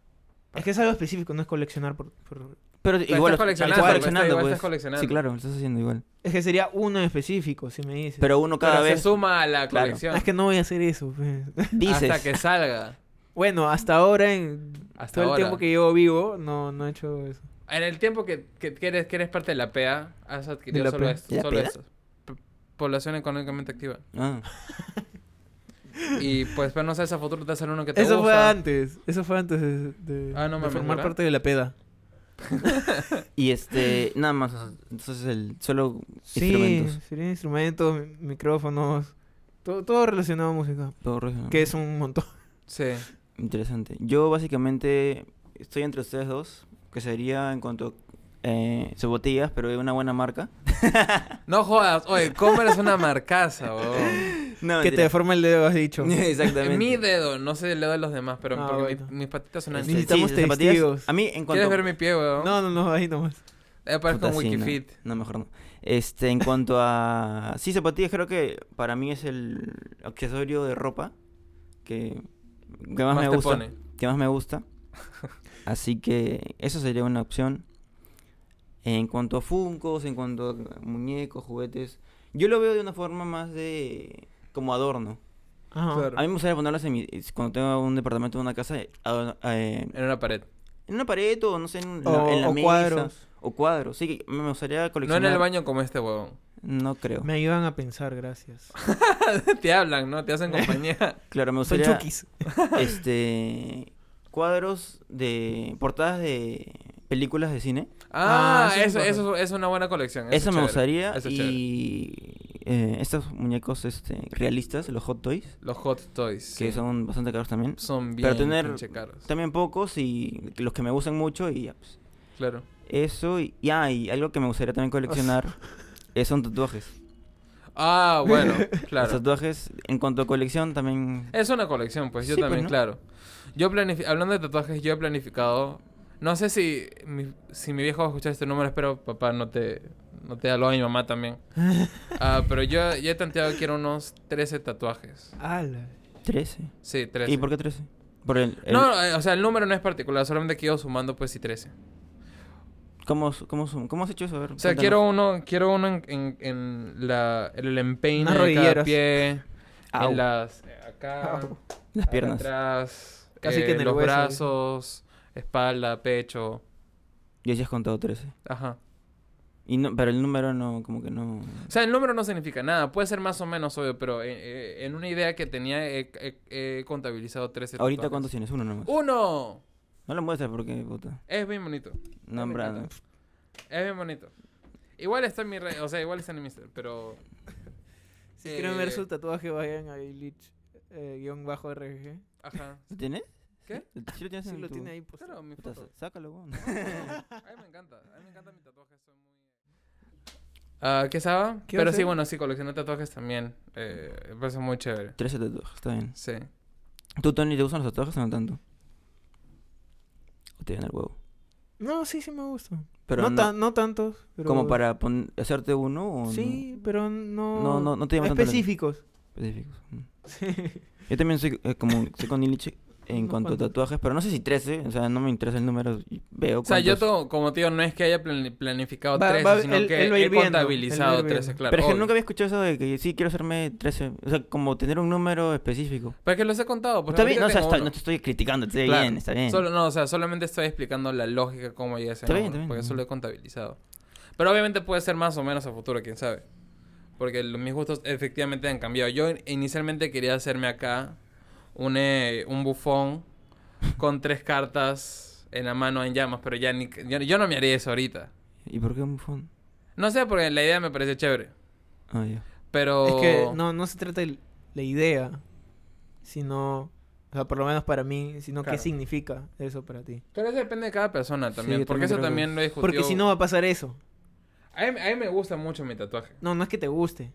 [SPEAKER 3] Es que es algo específico, no es coleccionar por. por-
[SPEAKER 2] Pero
[SPEAKER 1] Pero estás
[SPEAKER 2] igual lo-
[SPEAKER 1] coleccionando,
[SPEAKER 2] estás
[SPEAKER 1] pues, igual estás coleccionando.
[SPEAKER 2] Sí, claro, lo estás haciendo igual.
[SPEAKER 3] Es que sería uno en específico, si me dices.
[SPEAKER 2] Pero uno cada
[SPEAKER 1] Pero se
[SPEAKER 2] vez
[SPEAKER 1] suma a la
[SPEAKER 2] Claro.
[SPEAKER 1] colección.
[SPEAKER 3] Ah, Es que no voy a hacer eso. pues.
[SPEAKER 2] dices.
[SPEAKER 1] Hasta que salga.
[SPEAKER 3] bueno, hasta ahora, en
[SPEAKER 1] Hasta
[SPEAKER 3] todo el
[SPEAKER 1] ahora.
[SPEAKER 3] tiempo que llevo vivo, no, no he hecho eso.
[SPEAKER 1] En el tiempo que, que, que eres, que eres parte de la PEA, has adquirido
[SPEAKER 3] ¿De la
[SPEAKER 1] solo
[SPEAKER 3] PEA?
[SPEAKER 1] esto.
[SPEAKER 2] ¿De la
[SPEAKER 1] Solo
[SPEAKER 2] PEA?
[SPEAKER 1] esto. P- Población económicamente activa.
[SPEAKER 2] Ah,
[SPEAKER 1] Y pues, pero no sé, a futuro te hacer uno que te
[SPEAKER 3] Eso fue
[SPEAKER 1] gusta.
[SPEAKER 3] antes. Eso fue antes de, de-
[SPEAKER 1] Ah, no
[SPEAKER 3] de
[SPEAKER 1] mames,
[SPEAKER 3] formar
[SPEAKER 1] ¿verdad?
[SPEAKER 3] parte de la peda.
[SPEAKER 2] y este, nada más. o sea, Entonces, el solo
[SPEAKER 3] Sí,
[SPEAKER 2] instrumentos.
[SPEAKER 3] serían instrumentos, mi- micrófonos, todo, todo relacionado a música.
[SPEAKER 2] Todo resto.
[SPEAKER 3] Que es un montón.
[SPEAKER 1] Sí.
[SPEAKER 2] Interesante. Yo básicamente estoy entre ustedes dos. que sería en cuanto eh, sus botellas, pero de una buena marca.
[SPEAKER 1] No jodas. Oye, Comer es una marcaza, weón.
[SPEAKER 2] no,
[SPEAKER 3] Que te
[SPEAKER 2] Ah, mentira.
[SPEAKER 3] deforma el dedo, has dicho.
[SPEAKER 2] Exactamente. Este,
[SPEAKER 1] Mi dedo. No sé el dedo de los demás, pero
[SPEAKER 3] Ah,
[SPEAKER 1] porque
[SPEAKER 3] bueno.
[SPEAKER 1] mi- mis patitas son
[SPEAKER 2] Sí,
[SPEAKER 1] anchas.
[SPEAKER 2] sí,
[SPEAKER 3] Necesitamos
[SPEAKER 2] las zapatillas.
[SPEAKER 3] testigos.
[SPEAKER 2] A mí, en cuanto
[SPEAKER 1] ¿Quieres ver mi pie, weón?
[SPEAKER 3] No, no, no, ahí nomás.
[SPEAKER 1] Eh, parezco
[SPEAKER 2] Puta,
[SPEAKER 1] un
[SPEAKER 2] sí, no.
[SPEAKER 1] Wikifit.
[SPEAKER 2] no, mejor no. Este, en cuanto a... Sí, zapatillas creo que para mí es el accesorio de ropa que, que más,
[SPEAKER 1] Más
[SPEAKER 2] me
[SPEAKER 1] te
[SPEAKER 2] gusta.
[SPEAKER 1] pone.
[SPEAKER 2] Que más me gusta. Así que eso sería una opción. En cuanto a funcos, en cuanto a muñecos, juguetes... Yo lo veo de una forma más de... como adorno.
[SPEAKER 3] Ajá.
[SPEAKER 1] Claro.
[SPEAKER 2] A mí me gustaría ponerlas en mi... Cuando tengo un departamento, una casa... adorno- eh,
[SPEAKER 1] En una pared.
[SPEAKER 2] en una pared o no sé, en la,
[SPEAKER 3] O-
[SPEAKER 2] en la
[SPEAKER 3] o
[SPEAKER 2] mesa.
[SPEAKER 3] cuadros.
[SPEAKER 2] O cuadros. Sí, que me gustaría
[SPEAKER 1] No
[SPEAKER 2] coleccionar.
[SPEAKER 1] en el baño como este, weón.
[SPEAKER 2] No creo.
[SPEAKER 3] Me ayudan a pensar, gracias.
[SPEAKER 1] Te hablan, ¿no? Te hacen compañía.
[SPEAKER 2] Claro, me
[SPEAKER 3] Son
[SPEAKER 2] gustaría
[SPEAKER 3] chukis.
[SPEAKER 2] este cuadros de portadas de películas de cine.
[SPEAKER 1] Ah,
[SPEAKER 3] Ah, sí,
[SPEAKER 1] eso,
[SPEAKER 3] sí,
[SPEAKER 1] eso es una buena colección.
[SPEAKER 2] Eso, me
[SPEAKER 1] es chévere.
[SPEAKER 2] gustaría
[SPEAKER 1] Ah, Eso es chévere.
[SPEAKER 2] y eh, estos muñecos este realistas, los Hot Toys,
[SPEAKER 1] Los Hot Toys.
[SPEAKER 2] que
[SPEAKER 1] sí.
[SPEAKER 2] son bastante caros también.
[SPEAKER 1] Son bien
[SPEAKER 2] Pero tener-
[SPEAKER 1] pinche caros.
[SPEAKER 2] También pocos y los que me gustan mucho y ya pues.
[SPEAKER 1] Claro.
[SPEAKER 2] Eso y, y, ah, y algo que me gustaría también coleccionar eh, son tatuajes.
[SPEAKER 1] Ah, bueno,
[SPEAKER 2] Los
[SPEAKER 1] claro.
[SPEAKER 2] tatuajes en cuanto a colección también
[SPEAKER 1] Es una colección, pues yo
[SPEAKER 2] Sí, pues,
[SPEAKER 1] también,
[SPEAKER 2] ¿no?
[SPEAKER 1] claro. Yo planifi- hablando de tatuajes, yo he planificado. No sé si mi, si mi viejo va a escuchar este número, espero papá no te no te da lo a mi mamá también. Ah, pero yo ya he tanteado que quiero unos 13 tatuajes.
[SPEAKER 3] Ala.
[SPEAKER 2] 13.
[SPEAKER 1] Sí, 13.
[SPEAKER 2] ¿Y por qué 13? Por el, el-
[SPEAKER 1] No, eh, o sea, el número no es particular, solamente que iba sumando pues y 13.
[SPEAKER 2] ¿cómo, su- cómo, su- cómo has hecho eso? A ver,
[SPEAKER 1] O sea,
[SPEAKER 2] cuéntanos.
[SPEAKER 1] quiero uno, quiero uno en, en, en la, en el empeine
[SPEAKER 3] Unas
[SPEAKER 1] de cada
[SPEAKER 3] rodilleras.
[SPEAKER 1] pie,
[SPEAKER 2] Au.
[SPEAKER 1] en las eh, acá,
[SPEAKER 3] Au.
[SPEAKER 2] Las piernas.
[SPEAKER 1] atrás, eh,
[SPEAKER 3] Casi que en el
[SPEAKER 1] los
[SPEAKER 3] hueso,
[SPEAKER 1] brazos, espalda, pecho,
[SPEAKER 2] Yo ya has contado 13.
[SPEAKER 1] ajá.
[SPEAKER 2] Y no, pero el número no, como que no.
[SPEAKER 1] O sea, el número no significa nada, puede ser más o menos obvio, pero eh, eh, en una idea que tenía he, he- he contabilizado 13
[SPEAKER 2] Ahorita cuántos
[SPEAKER 1] tatuajes.
[SPEAKER 2] tienes, uno nomás.
[SPEAKER 3] Uh.
[SPEAKER 1] ¡Uno!
[SPEAKER 2] No lo muestras porque, puta.
[SPEAKER 1] Es bien bonito,
[SPEAKER 2] No, hombre,
[SPEAKER 1] encanta. es bien bonito. Igual está en mi red, o sea, igual está en mi Instagram, pero...
[SPEAKER 3] Si quieren ver
[SPEAKER 1] Eh,
[SPEAKER 3] su tatuaje, vayan a Illich, eh, guión bajo RG.
[SPEAKER 1] Ajá.
[SPEAKER 2] ¿Lo tienes?
[SPEAKER 1] ¿Qué?
[SPEAKER 2] Sí lo tienes
[SPEAKER 3] Sí
[SPEAKER 2] en
[SPEAKER 3] lo
[SPEAKER 2] tu-
[SPEAKER 3] tiene ahí puesto.
[SPEAKER 1] Claro, mi
[SPEAKER 2] Puta,
[SPEAKER 1] foto.
[SPEAKER 2] sácalo, weón.
[SPEAKER 1] A mí me encanta, a mí me encanta mi tatuaje, soy muy... Ah, ¿Qué sabe?
[SPEAKER 3] ¿Qué
[SPEAKER 1] Pero
[SPEAKER 3] vas a
[SPEAKER 1] sí,
[SPEAKER 3] hacer?
[SPEAKER 1] bueno, sí, coleccionar tatuajes también. Eh, me parece muy chévere.
[SPEAKER 2] 13 tatuajes, está bien.
[SPEAKER 1] Sí.
[SPEAKER 2] ¿Tú, Tony, te gustan los tatuajes o no tanto? O te dan el huevo.
[SPEAKER 3] No, sí, sí me gusta.
[SPEAKER 2] Pero
[SPEAKER 3] no,
[SPEAKER 2] no-
[SPEAKER 3] tan- no tantos. Pero...
[SPEAKER 2] Como para pon- hacerte uno o
[SPEAKER 3] Sí, pero no...
[SPEAKER 2] No, no- no te llaman tanto la-
[SPEAKER 3] Específicos.
[SPEAKER 2] no específicos. Mm.
[SPEAKER 3] Sí.
[SPEAKER 2] Yo también soy eh, como soy con Illich en
[SPEAKER 3] Unos
[SPEAKER 2] cuanto a
[SPEAKER 3] cuantos.
[SPEAKER 2] tatuajes, pero no sé si 13, o sea, no me interesa el número. y Veo
[SPEAKER 1] O sea, yo
[SPEAKER 2] cuántos-
[SPEAKER 1] to- como tío no es que haya plan- planificado
[SPEAKER 3] Va-
[SPEAKER 1] 13,
[SPEAKER 3] va-
[SPEAKER 1] sino
[SPEAKER 3] él-
[SPEAKER 1] que
[SPEAKER 3] él va a ir
[SPEAKER 1] he
[SPEAKER 3] viendo, él va
[SPEAKER 1] contabilizado
[SPEAKER 3] a ir
[SPEAKER 1] 13,
[SPEAKER 3] viendo.
[SPEAKER 1] claro.
[SPEAKER 2] Pero es que
[SPEAKER 1] obvio.
[SPEAKER 2] nunca había escuchado eso de que sí quiero hacerme 13. O sea, como tener un número específico.
[SPEAKER 1] Pero que los he contado. por
[SPEAKER 2] está
[SPEAKER 1] ejemplo,
[SPEAKER 2] bien, no, o
[SPEAKER 1] ahorita
[SPEAKER 2] sea,
[SPEAKER 1] tengo
[SPEAKER 2] está-
[SPEAKER 1] uno.
[SPEAKER 2] no te estoy criticando, está
[SPEAKER 1] Claro.
[SPEAKER 2] bien, está bien.
[SPEAKER 1] Solo, no, o sea, solamente estoy explicando la lógica cómo llegué a ese
[SPEAKER 2] Está bien,
[SPEAKER 1] número,
[SPEAKER 2] está bien.
[SPEAKER 1] porque eso lo he contabilizado. Pero obviamente puede ser más o menos a futuro, quién sabe. Porque lo- mis gustos efectivamente han cambiado. Yo in- inicialmente quería hacerme acá un, eh, un bufón con tres cartas en la mano en llamas, pero ya ni, yo, yo no me haría eso ahorita.
[SPEAKER 2] ¿Y por qué un bufón?
[SPEAKER 1] No sé, porque la idea me parece chévere.
[SPEAKER 2] Ah, ya.
[SPEAKER 1] Pero...
[SPEAKER 3] Es que no, no se trata de la idea, sino... O sea, por lo menos para mí, sino
[SPEAKER 1] Claro.
[SPEAKER 3] qué significa eso para ti.
[SPEAKER 1] Pero eso depende de cada persona
[SPEAKER 2] Sí,
[SPEAKER 1] también,
[SPEAKER 2] yo
[SPEAKER 1] porque
[SPEAKER 2] también creo
[SPEAKER 1] eso
[SPEAKER 2] que-
[SPEAKER 1] también lo he discutido.
[SPEAKER 3] Porque si no va a pasar eso.
[SPEAKER 1] A mí, a mí me gusta mucho mi tatuaje.
[SPEAKER 3] No, no es que te guste.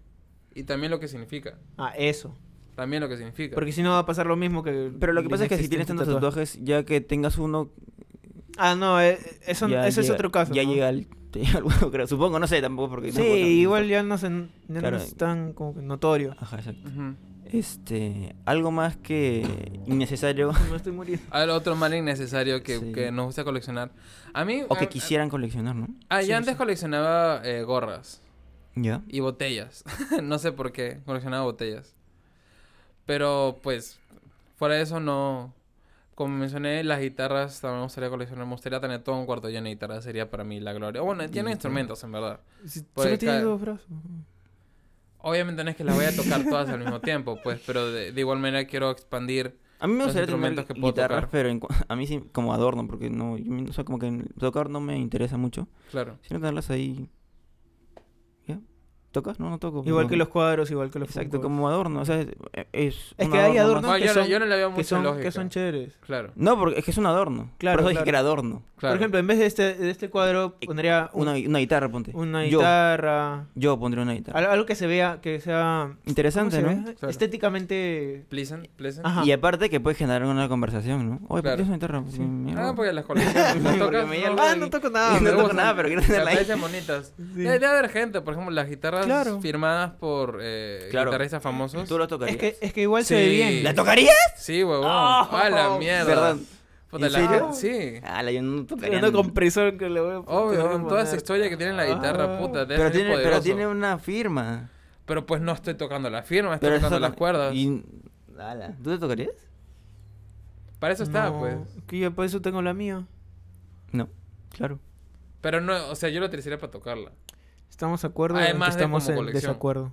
[SPEAKER 1] Y también lo que significa.
[SPEAKER 3] Ah, eso.
[SPEAKER 1] También lo que significa.
[SPEAKER 3] Porque si no va a pasar lo mismo que...
[SPEAKER 2] Pero lo que
[SPEAKER 3] el
[SPEAKER 2] pasa es que si tienes
[SPEAKER 3] inexistente
[SPEAKER 2] tantos tatuajes, ya que tengas uno.
[SPEAKER 3] tatuaje. Ah, no, eh, eh, eso,
[SPEAKER 2] ya
[SPEAKER 3] eso es
[SPEAKER 2] llega-
[SPEAKER 3] otro caso.
[SPEAKER 2] Ya
[SPEAKER 3] ¿no?
[SPEAKER 2] llega al, te llega al huevo, creo. Supongo, no sé tampoco porque.
[SPEAKER 3] Sí,
[SPEAKER 2] tampoco-
[SPEAKER 3] igual ya no, se, ya no
[SPEAKER 2] Claro.
[SPEAKER 3] es tan como que notorio.
[SPEAKER 2] Ajá, exacto.
[SPEAKER 1] Ujú.
[SPEAKER 2] Este. Algo más que innecesario
[SPEAKER 3] Me estoy muriendo.
[SPEAKER 1] Al otro mal innecesario que,
[SPEAKER 2] Sí.
[SPEAKER 1] que nos gusta coleccionar. A mí...
[SPEAKER 2] o que
[SPEAKER 1] a-
[SPEAKER 2] quisieran coleccionar, ¿no?
[SPEAKER 1] Ah, yo
[SPEAKER 3] Sí,
[SPEAKER 1] antes
[SPEAKER 3] sí.
[SPEAKER 1] coleccionaba eh, gorras
[SPEAKER 2] Ya.
[SPEAKER 1] y botellas. no sé por qué coleccionaba botellas. Pero, pues, fuera de eso no... Como mencioné, las guitarras también me gustaría coleccionar. Me gustaría tener todo un cuarto lleno de guitarras. Sería para mí la gloria. Bueno, tiene
[SPEAKER 2] Ujú.
[SPEAKER 1] instrumentos, en verdad.
[SPEAKER 3] Si-
[SPEAKER 1] Por
[SPEAKER 3] Solo
[SPEAKER 1] acá.
[SPEAKER 3] tienes dos brazos.
[SPEAKER 1] Obviamente no es que las voy a tocar todas al mismo tiempo, pues, pero de, de igual manera quiero expandir.
[SPEAKER 2] A mí me
[SPEAKER 1] Los
[SPEAKER 2] gustaría
[SPEAKER 1] instrumentos
[SPEAKER 2] tener
[SPEAKER 1] que puedo
[SPEAKER 2] guitarras,
[SPEAKER 1] tocar.
[SPEAKER 2] pero en cu- a mí sí, como adorno, porque no, yo me- o sea, como que tocar no me interesa mucho,
[SPEAKER 1] Claro.
[SPEAKER 2] sino tenerlas ahí. ¿Tocas? No, no toco.
[SPEAKER 3] Igual
[SPEAKER 2] no.
[SPEAKER 3] que los cuadros, igual que los
[SPEAKER 2] Exacto,
[SPEAKER 3] funcos.
[SPEAKER 2] como adorno. O sea, es, es
[SPEAKER 3] Es
[SPEAKER 2] un
[SPEAKER 3] que hay
[SPEAKER 2] más.
[SPEAKER 3] adornos
[SPEAKER 1] No,
[SPEAKER 3] que
[SPEAKER 1] yo, no-
[SPEAKER 3] son-
[SPEAKER 1] yo no le veo
[SPEAKER 3] que
[SPEAKER 1] mucha
[SPEAKER 3] son,
[SPEAKER 1] lógica.
[SPEAKER 3] que son chéveres.
[SPEAKER 1] Claro,
[SPEAKER 2] No, porque es que es un adorno.
[SPEAKER 3] Claro,
[SPEAKER 2] Por eso dije
[SPEAKER 3] claro.
[SPEAKER 2] que era adorno.
[SPEAKER 1] claro.
[SPEAKER 3] Por ejemplo, en vez de este, de este cuadro pondría un-
[SPEAKER 2] Eh, Una, una guitarra, ponte.
[SPEAKER 3] una
[SPEAKER 2] Yo-
[SPEAKER 3] guitarra,
[SPEAKER 2] Yo, pondría una guitarra.
[SPEAKER 3] al- algo que se vea, que sea... ¿cómo
[SPEAKER 2] Interesante,
[SPEAKER 3] se
[SPEAKER 2] ¿no?
[SPEAKER 3] ve?
[SPEAKER 1] Claro.
[SPEAKER 3] Estéticamente...
[SPEAKER 1] Pleasant, pleasant.
[SPEAKER 3] Ajá.
[SPEAKER 2] Y aparte que puede generar una conversación, ¿no? Oye, ¿por
[SPEAKER 1] Claro.
[SPEAKER 2] qué es una guitarra? Sí, mierda.
[SPEAKER 1] Ah, porque las colecciones. las
[SPEAKER 2] Porque
[SPEAKER 1] tocas,
[SPEAKER 2] me llama-
[SPEAKER 3] Ah, no toco nada.
[SPEAKER 2] No
[SPEAKER 1] me
[SPEAKER 2] toco
[SPEAKER 1] gustan.
[SPEAKER 2] nada, pero quiero
[SPEAKER 1] Me
[SPEAKER 2] tenerla ahí.
[SPEAKER 1] parecen bonitas.
[SPEAKER 3] Sí.
[SPEAKER 1] Debe, debe haber gente, por ejemplo, las guitarras
[SPEAKER 3] Claro.
[SPEAKER 1] firmadas por eh,
[SPEAKER 2] Claro.
[SPEAKER 1] guitarristas famosos.
[SPEAKER 2] Tú lo
[SPEAKER 3] Es
[SPEAKER 2] tocarías.
[SPEAKER 3] que, es que igual se
[SPEAKER 1] Sí.
[SPEAKER 3] ve bien.
[SPEAKER 2] ¿La tocarías?
[SPEAKER 1] Sí, huevón.
[SPEAKER 2] Oh.
[SPEAKER 1] ¡Ah, la mierda!
[SPEAKER 2] Perdón.
[SPEAKER 1] Puta,
[SPEAKER 2] ¿En
[SPEAKER 1] la-
[SPEAKER 2] serio?
[SPEAKER 1] Sí.
[SPEAKER 2] Ah, la yo no
[SPEAKER 3] Pero
[SPEAKER 2] tocaría.
[SPEAKER 3] una compresor que le voy a
[SPEAKER 1] Obvio,
[SPEAKER 3] tener que
[SPEAKER 1] con toda esa
[SPEAKER 3] poner.
[SPEAKER 1] historia que tiene la guitarra,
[SPEAKER 3] Ah.
[SPEAKER 1] puta. debe
[SPEAKER 2] pero
[SPEAKER 1] ser
[SPEAKER 2] tiene, pero
[SPEAKER 1] poderoso.
[SPEAKER 2] tiene una firma.
[SPEAKER 1] Pero pues no estoy tocando la firma, estoy
[SPEAKER 2] Pero eso
[SPEAKER 1] tocando las
[SPEAKER 2] toca-
[SPEAKER 1] cuerdas.
[SPEAKER 2] y- ala, ¿Tú te tocarías?
[SPEAKER 1] Para eso está,
[SPEAKER 3] No,
[SPEAKER 1] pues.
[SPEAKER 3] Que yo por eso tengo la mía.
[SPEAKER 2] No, claro.
[SPEAKER 1] Pero no, o sea, yo lo utilizaría para tocarla.
[SPEAKER 3] Estamos de acuerdo en
[SPEAKER 1] Además
[SPEAKER 3] que
[SPEAKER 1] de
[SPEAKER 3] estamos
[SPEAKER 1] como
[SPEAKER 3] en
[SPEAKER 1] colección.
[SPEAKER 3] desacuerdo.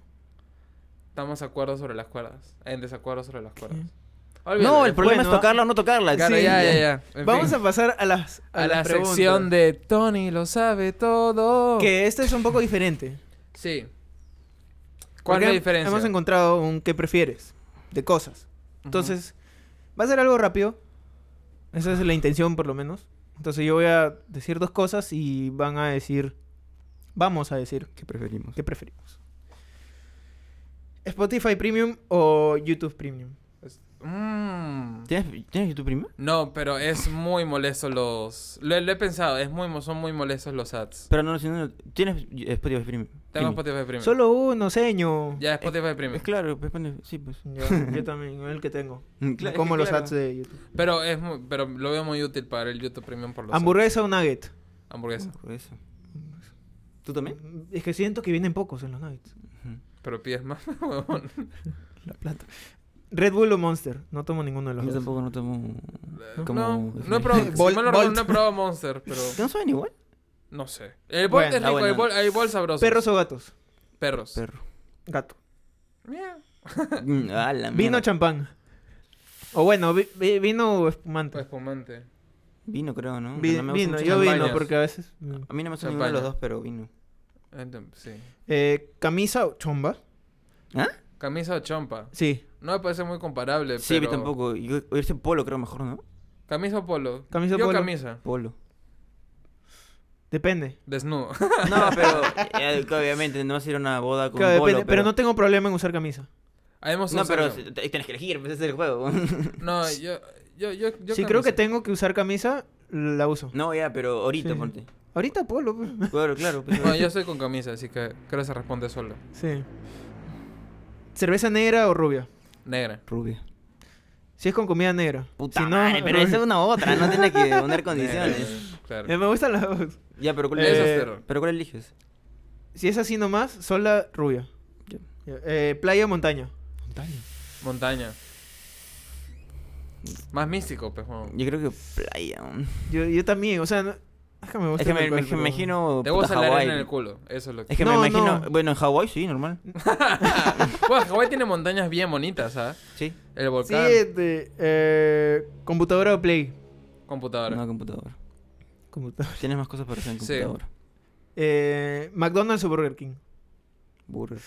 [SPEAKER 1] Estamos de acuerdo sobre las cuerdas. En desacuerdo sobre las cuerdas.
[SPEAKER 2] No, el problema
[SPEAKER 3] Bueno,
[SPEAKER 2] es tocarla o no tocarla.
[SPEAKER 1] Claro,
[SPEAKER 2] Sí.
[SPEAKER 1] ya, ya, ya. En
[SPEAKER 3] Vamos
[SPEAKER 1] fin.
[SPEAKER 3] a pasar a las
[SPEAKER 1] a, la
[SPEAKER 3] las preguntas.
[SPEAKER 1] sección de Tony lo sabe todo.
[SPEAKER 3] que esta es un poco diferente.
[SPEAKER 1] Sí. ¿Cuál
[SPEAKER 3] Porque
[SPEAKER 1] es la
[SPEAKER 3] hem-
[SPEAKER 1] diferencia?
[SPEAKER 3] Hemos encontrado un qué prefieres de cosas. Entonces, va a ser algo rápido. Esa es la intención por lo menos. Entonces yo voy a decir dos cosas y van a decir vamos a decir
[SPEAKER 2] ¿Qué preferimos?
[SPEAKER 3] qué preferimos. Spotify Premium o YouTube Premium.
[SPEAKER 1] Ujú. Mm.
[SPEAKER 2] ¿Tienes, ¿Tienes YouTube Premium?
[SPEAKER 1] No, pero es muy molesto los. Lo, lo he pensado, es muy, mo- son muy molestos los ads.
[SPEAKER 2] Pero no, si no, ¿tienes Spotify Premium?
[SPEAKER 1] Tengo
[SPEAKER 2] Premium.
[SPEAKER 1] Spotify Premium.
[SPEAKER 3] Solo uno, seño.
[SPEAKER 1] Ya, Spotify Premium.
[SPEAKER 2] Es claro, pues, pone- sí, pues.
[SPEAKER 3] Ya, yo también, el que tengo.
[SPEAKER 2] Claro,
[SPEAKER 3] como
[SPEAKER 2] es
[SPEAKER 3] Mm, los
[SPEAKER 2] que claro.
[SPEAKER 3] ads de YouTube.
[SPEAKER 1] Pero es muy- pero lo veo muy útil para el YouTube Premium por los
[SPEAKER 3] ¿Hamburguesa o nugget?
[SPEAKER 1] ads. Hamburguesa.
[SPEAKER 2] Por eso. ¿Tú también?
[SPEAKER 3] Es que siento que vienen pocos en los nuggets.
[SPEAKER 2] Ujú.
[SPEAKER 1] Pero pides más, huevón.
[SPEAKER 3] La plata. Red Bull o Monster. No tomo ninguno de los
[SPEAKER 2] Yo
[SPEAKER 3] dos.
[SPEAKER 2] tampoco no tomo... Como-
[SPEAKER 1] Eh, No, no he probado. si
[SPEAKER 3] Bolt-
[SPEAKER 1] mal no recuerdo,
[SPEAKER 3] Bolt.
[SPEAKER 1] no he probado Monster, pero.
[SPEAKER 2] ¿No saben igual?
[SPEAKER 1] No sé. El bol
[SPEAKER 3] Bueno,
[SPEAKER 1] es rico,
[SPEAKER 2] bueno.
[SPEAKER 1] el bol, hay bol sabroso.
[SPEAKER 3] ¿Perros o gatos?
[SPEAKER 1] Perros.
[SPEAKER 2] Perro.
[SPEAKER 3] Gato.
[SPEAKER 1] Miau.
[SPEAKER 2] Mm, ah, la
[SPEAKER 3] ¿Vino o
[SPEAKER 2] mierda.
[SPEAKER 3] champán? O bueno, vi- vi- vino o espumante.
[SPEAKER 1] Espumante.
[SPEAKER 2] Vino creo, ¿no?
[SPEAKER 3] Pues, Vi-
[SPEAKER 2] No me gusta
[SPEAKER 3] vino,
[SPEAKER 2] mucho
[SPEAKER 3] yo
[SPEAKER 2] champaña.
[SPEAKER 3] vino
[SPEAKER 1] champañas.
[SPEAKER 3] porque a veces... mm.
[SPEAKER 2] A mí no me gusta ninguno de los
[SPEAKER 1] Champaña.
[SPEAKER 2] dos, pero vino.
[SPEAKER 1] Ent- Sí.
[SPEAKER 3] Eh, ¿Camisa o chomba?
[SPEAKER 1] Eh, Camisa o chompa.
[SPEAKER 3] Sí,
[SPEAKER 1] No me parece muy comparable.
[SPEAKER 2] Sí,
[SPEAKER 1] pero-
[SPEAKER 2] pero... tampoco. Yo, o irse polo creo mejor, ¿no?
[SPEAKER 1] Camisa o polo.
[SPEAKER 3] Camisa o
[SPEAKER 1] Yo
[SPEAKER 3] polo.
[SPEAKER 1] camisa.
[SPEAKER 2] Polo.
[SPEAKER 3] depende.
[SPEAKER 1] Desnudo.
[SPEAKER 2] No, pero eh, que obviamente no vas a ir a una boda con
[SPEAKER 3] Claro,
[SPEAKER 2] polo,
[SPEAKER 3] depende, pero... no tengo problema en usar camisa.
[SPEAKER 1] Además,
[SPEAKER 2] No,
[SPEAKER 1] usa-
[SPEAKER 2] pero si- te- tienes que elegir, pues ese es el juego.
[SPEAKER 1] No, yo. Yo, yo, yo
[SPEAKER 3] si creo que
[SPEAKER 1] camisa.
[SPEAKER 3] tengo que usar camisa, la uso.
[SPEAKER 2] no, ya, pero ahorita
[SPEAKER 3] Sí.
[SPEAKER 2] ponte.
[SPEAKER 3] Ahorita polo. pues.
[SPEAKER 2] Claro, claro. pues,
[SPEAKER 1] Bueno, yo estoy con camisa, así que creo que se responde solo.
[SPEAKER 3] Sí. ¿Cerveza negra o rubia?
[SPEAKER 1] Negra.
[SPEAKER 2] Rubia.
[SPEAKER 3] Si es con comida negra.
[SPEAKER 2] Puta
[SPEAKER 3] si no,
[SPEAKER 2] madre, pero esa es una u otra, no tiene que poner condiciones.
[SPEAKER 1] Negra, Claro.
[SPEAKER 3] Eh, Me gustan las dos.
[SPEAKER 2] ya, pero ¿cuál,
[SPEAKER 1] Eso
[SPEAKER 3] Eh,
[SPEAKER 2] eliges?
[SPEAKER 1] es cero.
[SPEAKER 2] ¿pero cuál eliges?
[SPEAKER 3] Si es así nomás, sola rubia.
[SPEAKER 2] Ya.
[SPEAKER 3] Ya, eh, playa o montaña. Montaña.
[SPEAKER 1] Montaña. Más místico, pues. huevón.
[SPEAKER 2] Yo creo que playa. ¿no?
[SPEAKER 3] Yo, yo también, o sea, no- es que me gusta.
[SPEAKER 2] Es que me,
[SPEAKER 3] tal
[SPEAKER 2] me-
[SPEAKER 3] cual,
[SPEAKER 2] me
[SPEAKER 3] pero-
[SPEAKER 2] imagino.
[SPEAKER 1] Te
[SPEAKER 2] puta,
[SPEAKER 1] gusta la
[SPEAKER 2] Hawái.
[SPEAKER 1] arena en el culo. Eso es lo que.
[SPEAKER 2] Es que
[SPEAKER 3] No,
[SPEAKER 2] me imagino.
[SPEAKER 3] no.
[SPEAKER 2] Bueno, en Hawái sí, normal.
[SPEAKER 1] bueno, Hawái tiene montañas bien bonitas, ¿ah?
[SPEAKER 2] Sí.
[SPEAKER 1] El volcán.
[SPEAKER 3] Siguiente. eh, computadora o play.
[SPEAKER 1] Computadora.
[SPEAKER 2] No, computadora.
[SPEAKER 3] Computadora.
[SPEAKER 2] Tienes más cosas para hacer en
[SPEAKER 1] Sí.
[SPEAKER 2] computadora.
[SPEAKER 3] Eh, McDonald's o Burger King.
[SPEAKER 2] Burger.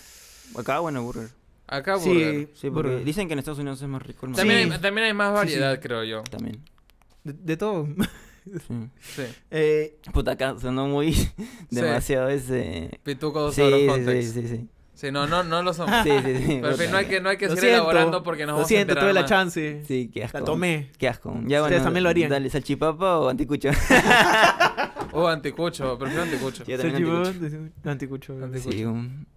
[SPEAKER 2] Acá, bueno, burger.
[SPEAKER 1] Acá,
[SPEAKER 3] Sí.
[SPEAKER 1] burger.
[SPEAKER 2] Sí, porque
[SPEAKER 3] Burger.
[SPEAKER 2] dicen que en Estados Unidos es más rico el
[SPEAKER 1] También,
[SPEAKER 3] Sí.
[SPEAKER 1] hay, también hay más
[SPEAKER 3] Sí, sí.
[SPEAKER 1] variedad, creo yo.
[SPEAKER 2] También.
[SPEAKER 3] De, de todo.
[SPEAKER 2] Sí.
[SPEAKER 1] Sí.
[SPEAKER 3] Eh,
[SPEAKER 2] Puta, acá sonó muy demasiado ese...
[SPEAKER 1] Pituco dos
[SPEAKER 2] Sí,
[SPEAKER 1] horas
[SPEAKER 2] sí, sí,
[SPEAKER 1] context.
[SPEAKER 2] sí, sí.
[SPEAKER 1] Sí, no, no, no lo son.
[SPEAKER 2] Sí, sí, sí.
[SPEAKER 1] Pero en fin, no hay que, no hay que
[SPEAKER 3] lo
[SPEAKER 1] seguir
[SPEAKER 3] siento.
[SPEAKER 1] elaborando porque nos
[SPEAKER 3] lo
[SPEAKER 1] vamos
[SPEAKER 3] siento,
[SPEAKER 1] a enterar
[SPEAKER 3] tuve la
[SPEAKER 1] más.
[SPEAKER 3] chance.
[SPEAKER 2] Sí, qué asco.
[SPEAKER 3] La tomé.
[SPEAKER 2] Qué asco. Ya,
[SPEAKER 3] Ustedes
[SPEAKER 2] bueno,
[SPEAKER 3] también lo harían.
[SPEAKER 2] Dale, salchipapa o anticucho.
[SPEAKER 1] Oh, anticucho. Prefiero anticucho.
[SPEAKER 2] Yo
[SPEAKER 3] Se
[SPEAKER 2] también
[SPEAKER 3] llevó
[SPEAKER 2] anticucho.
[SPEAKER 3] de- anticucho.
[SPEAKER 1] Anticucho.
[SPEAKER 2] Sí, un-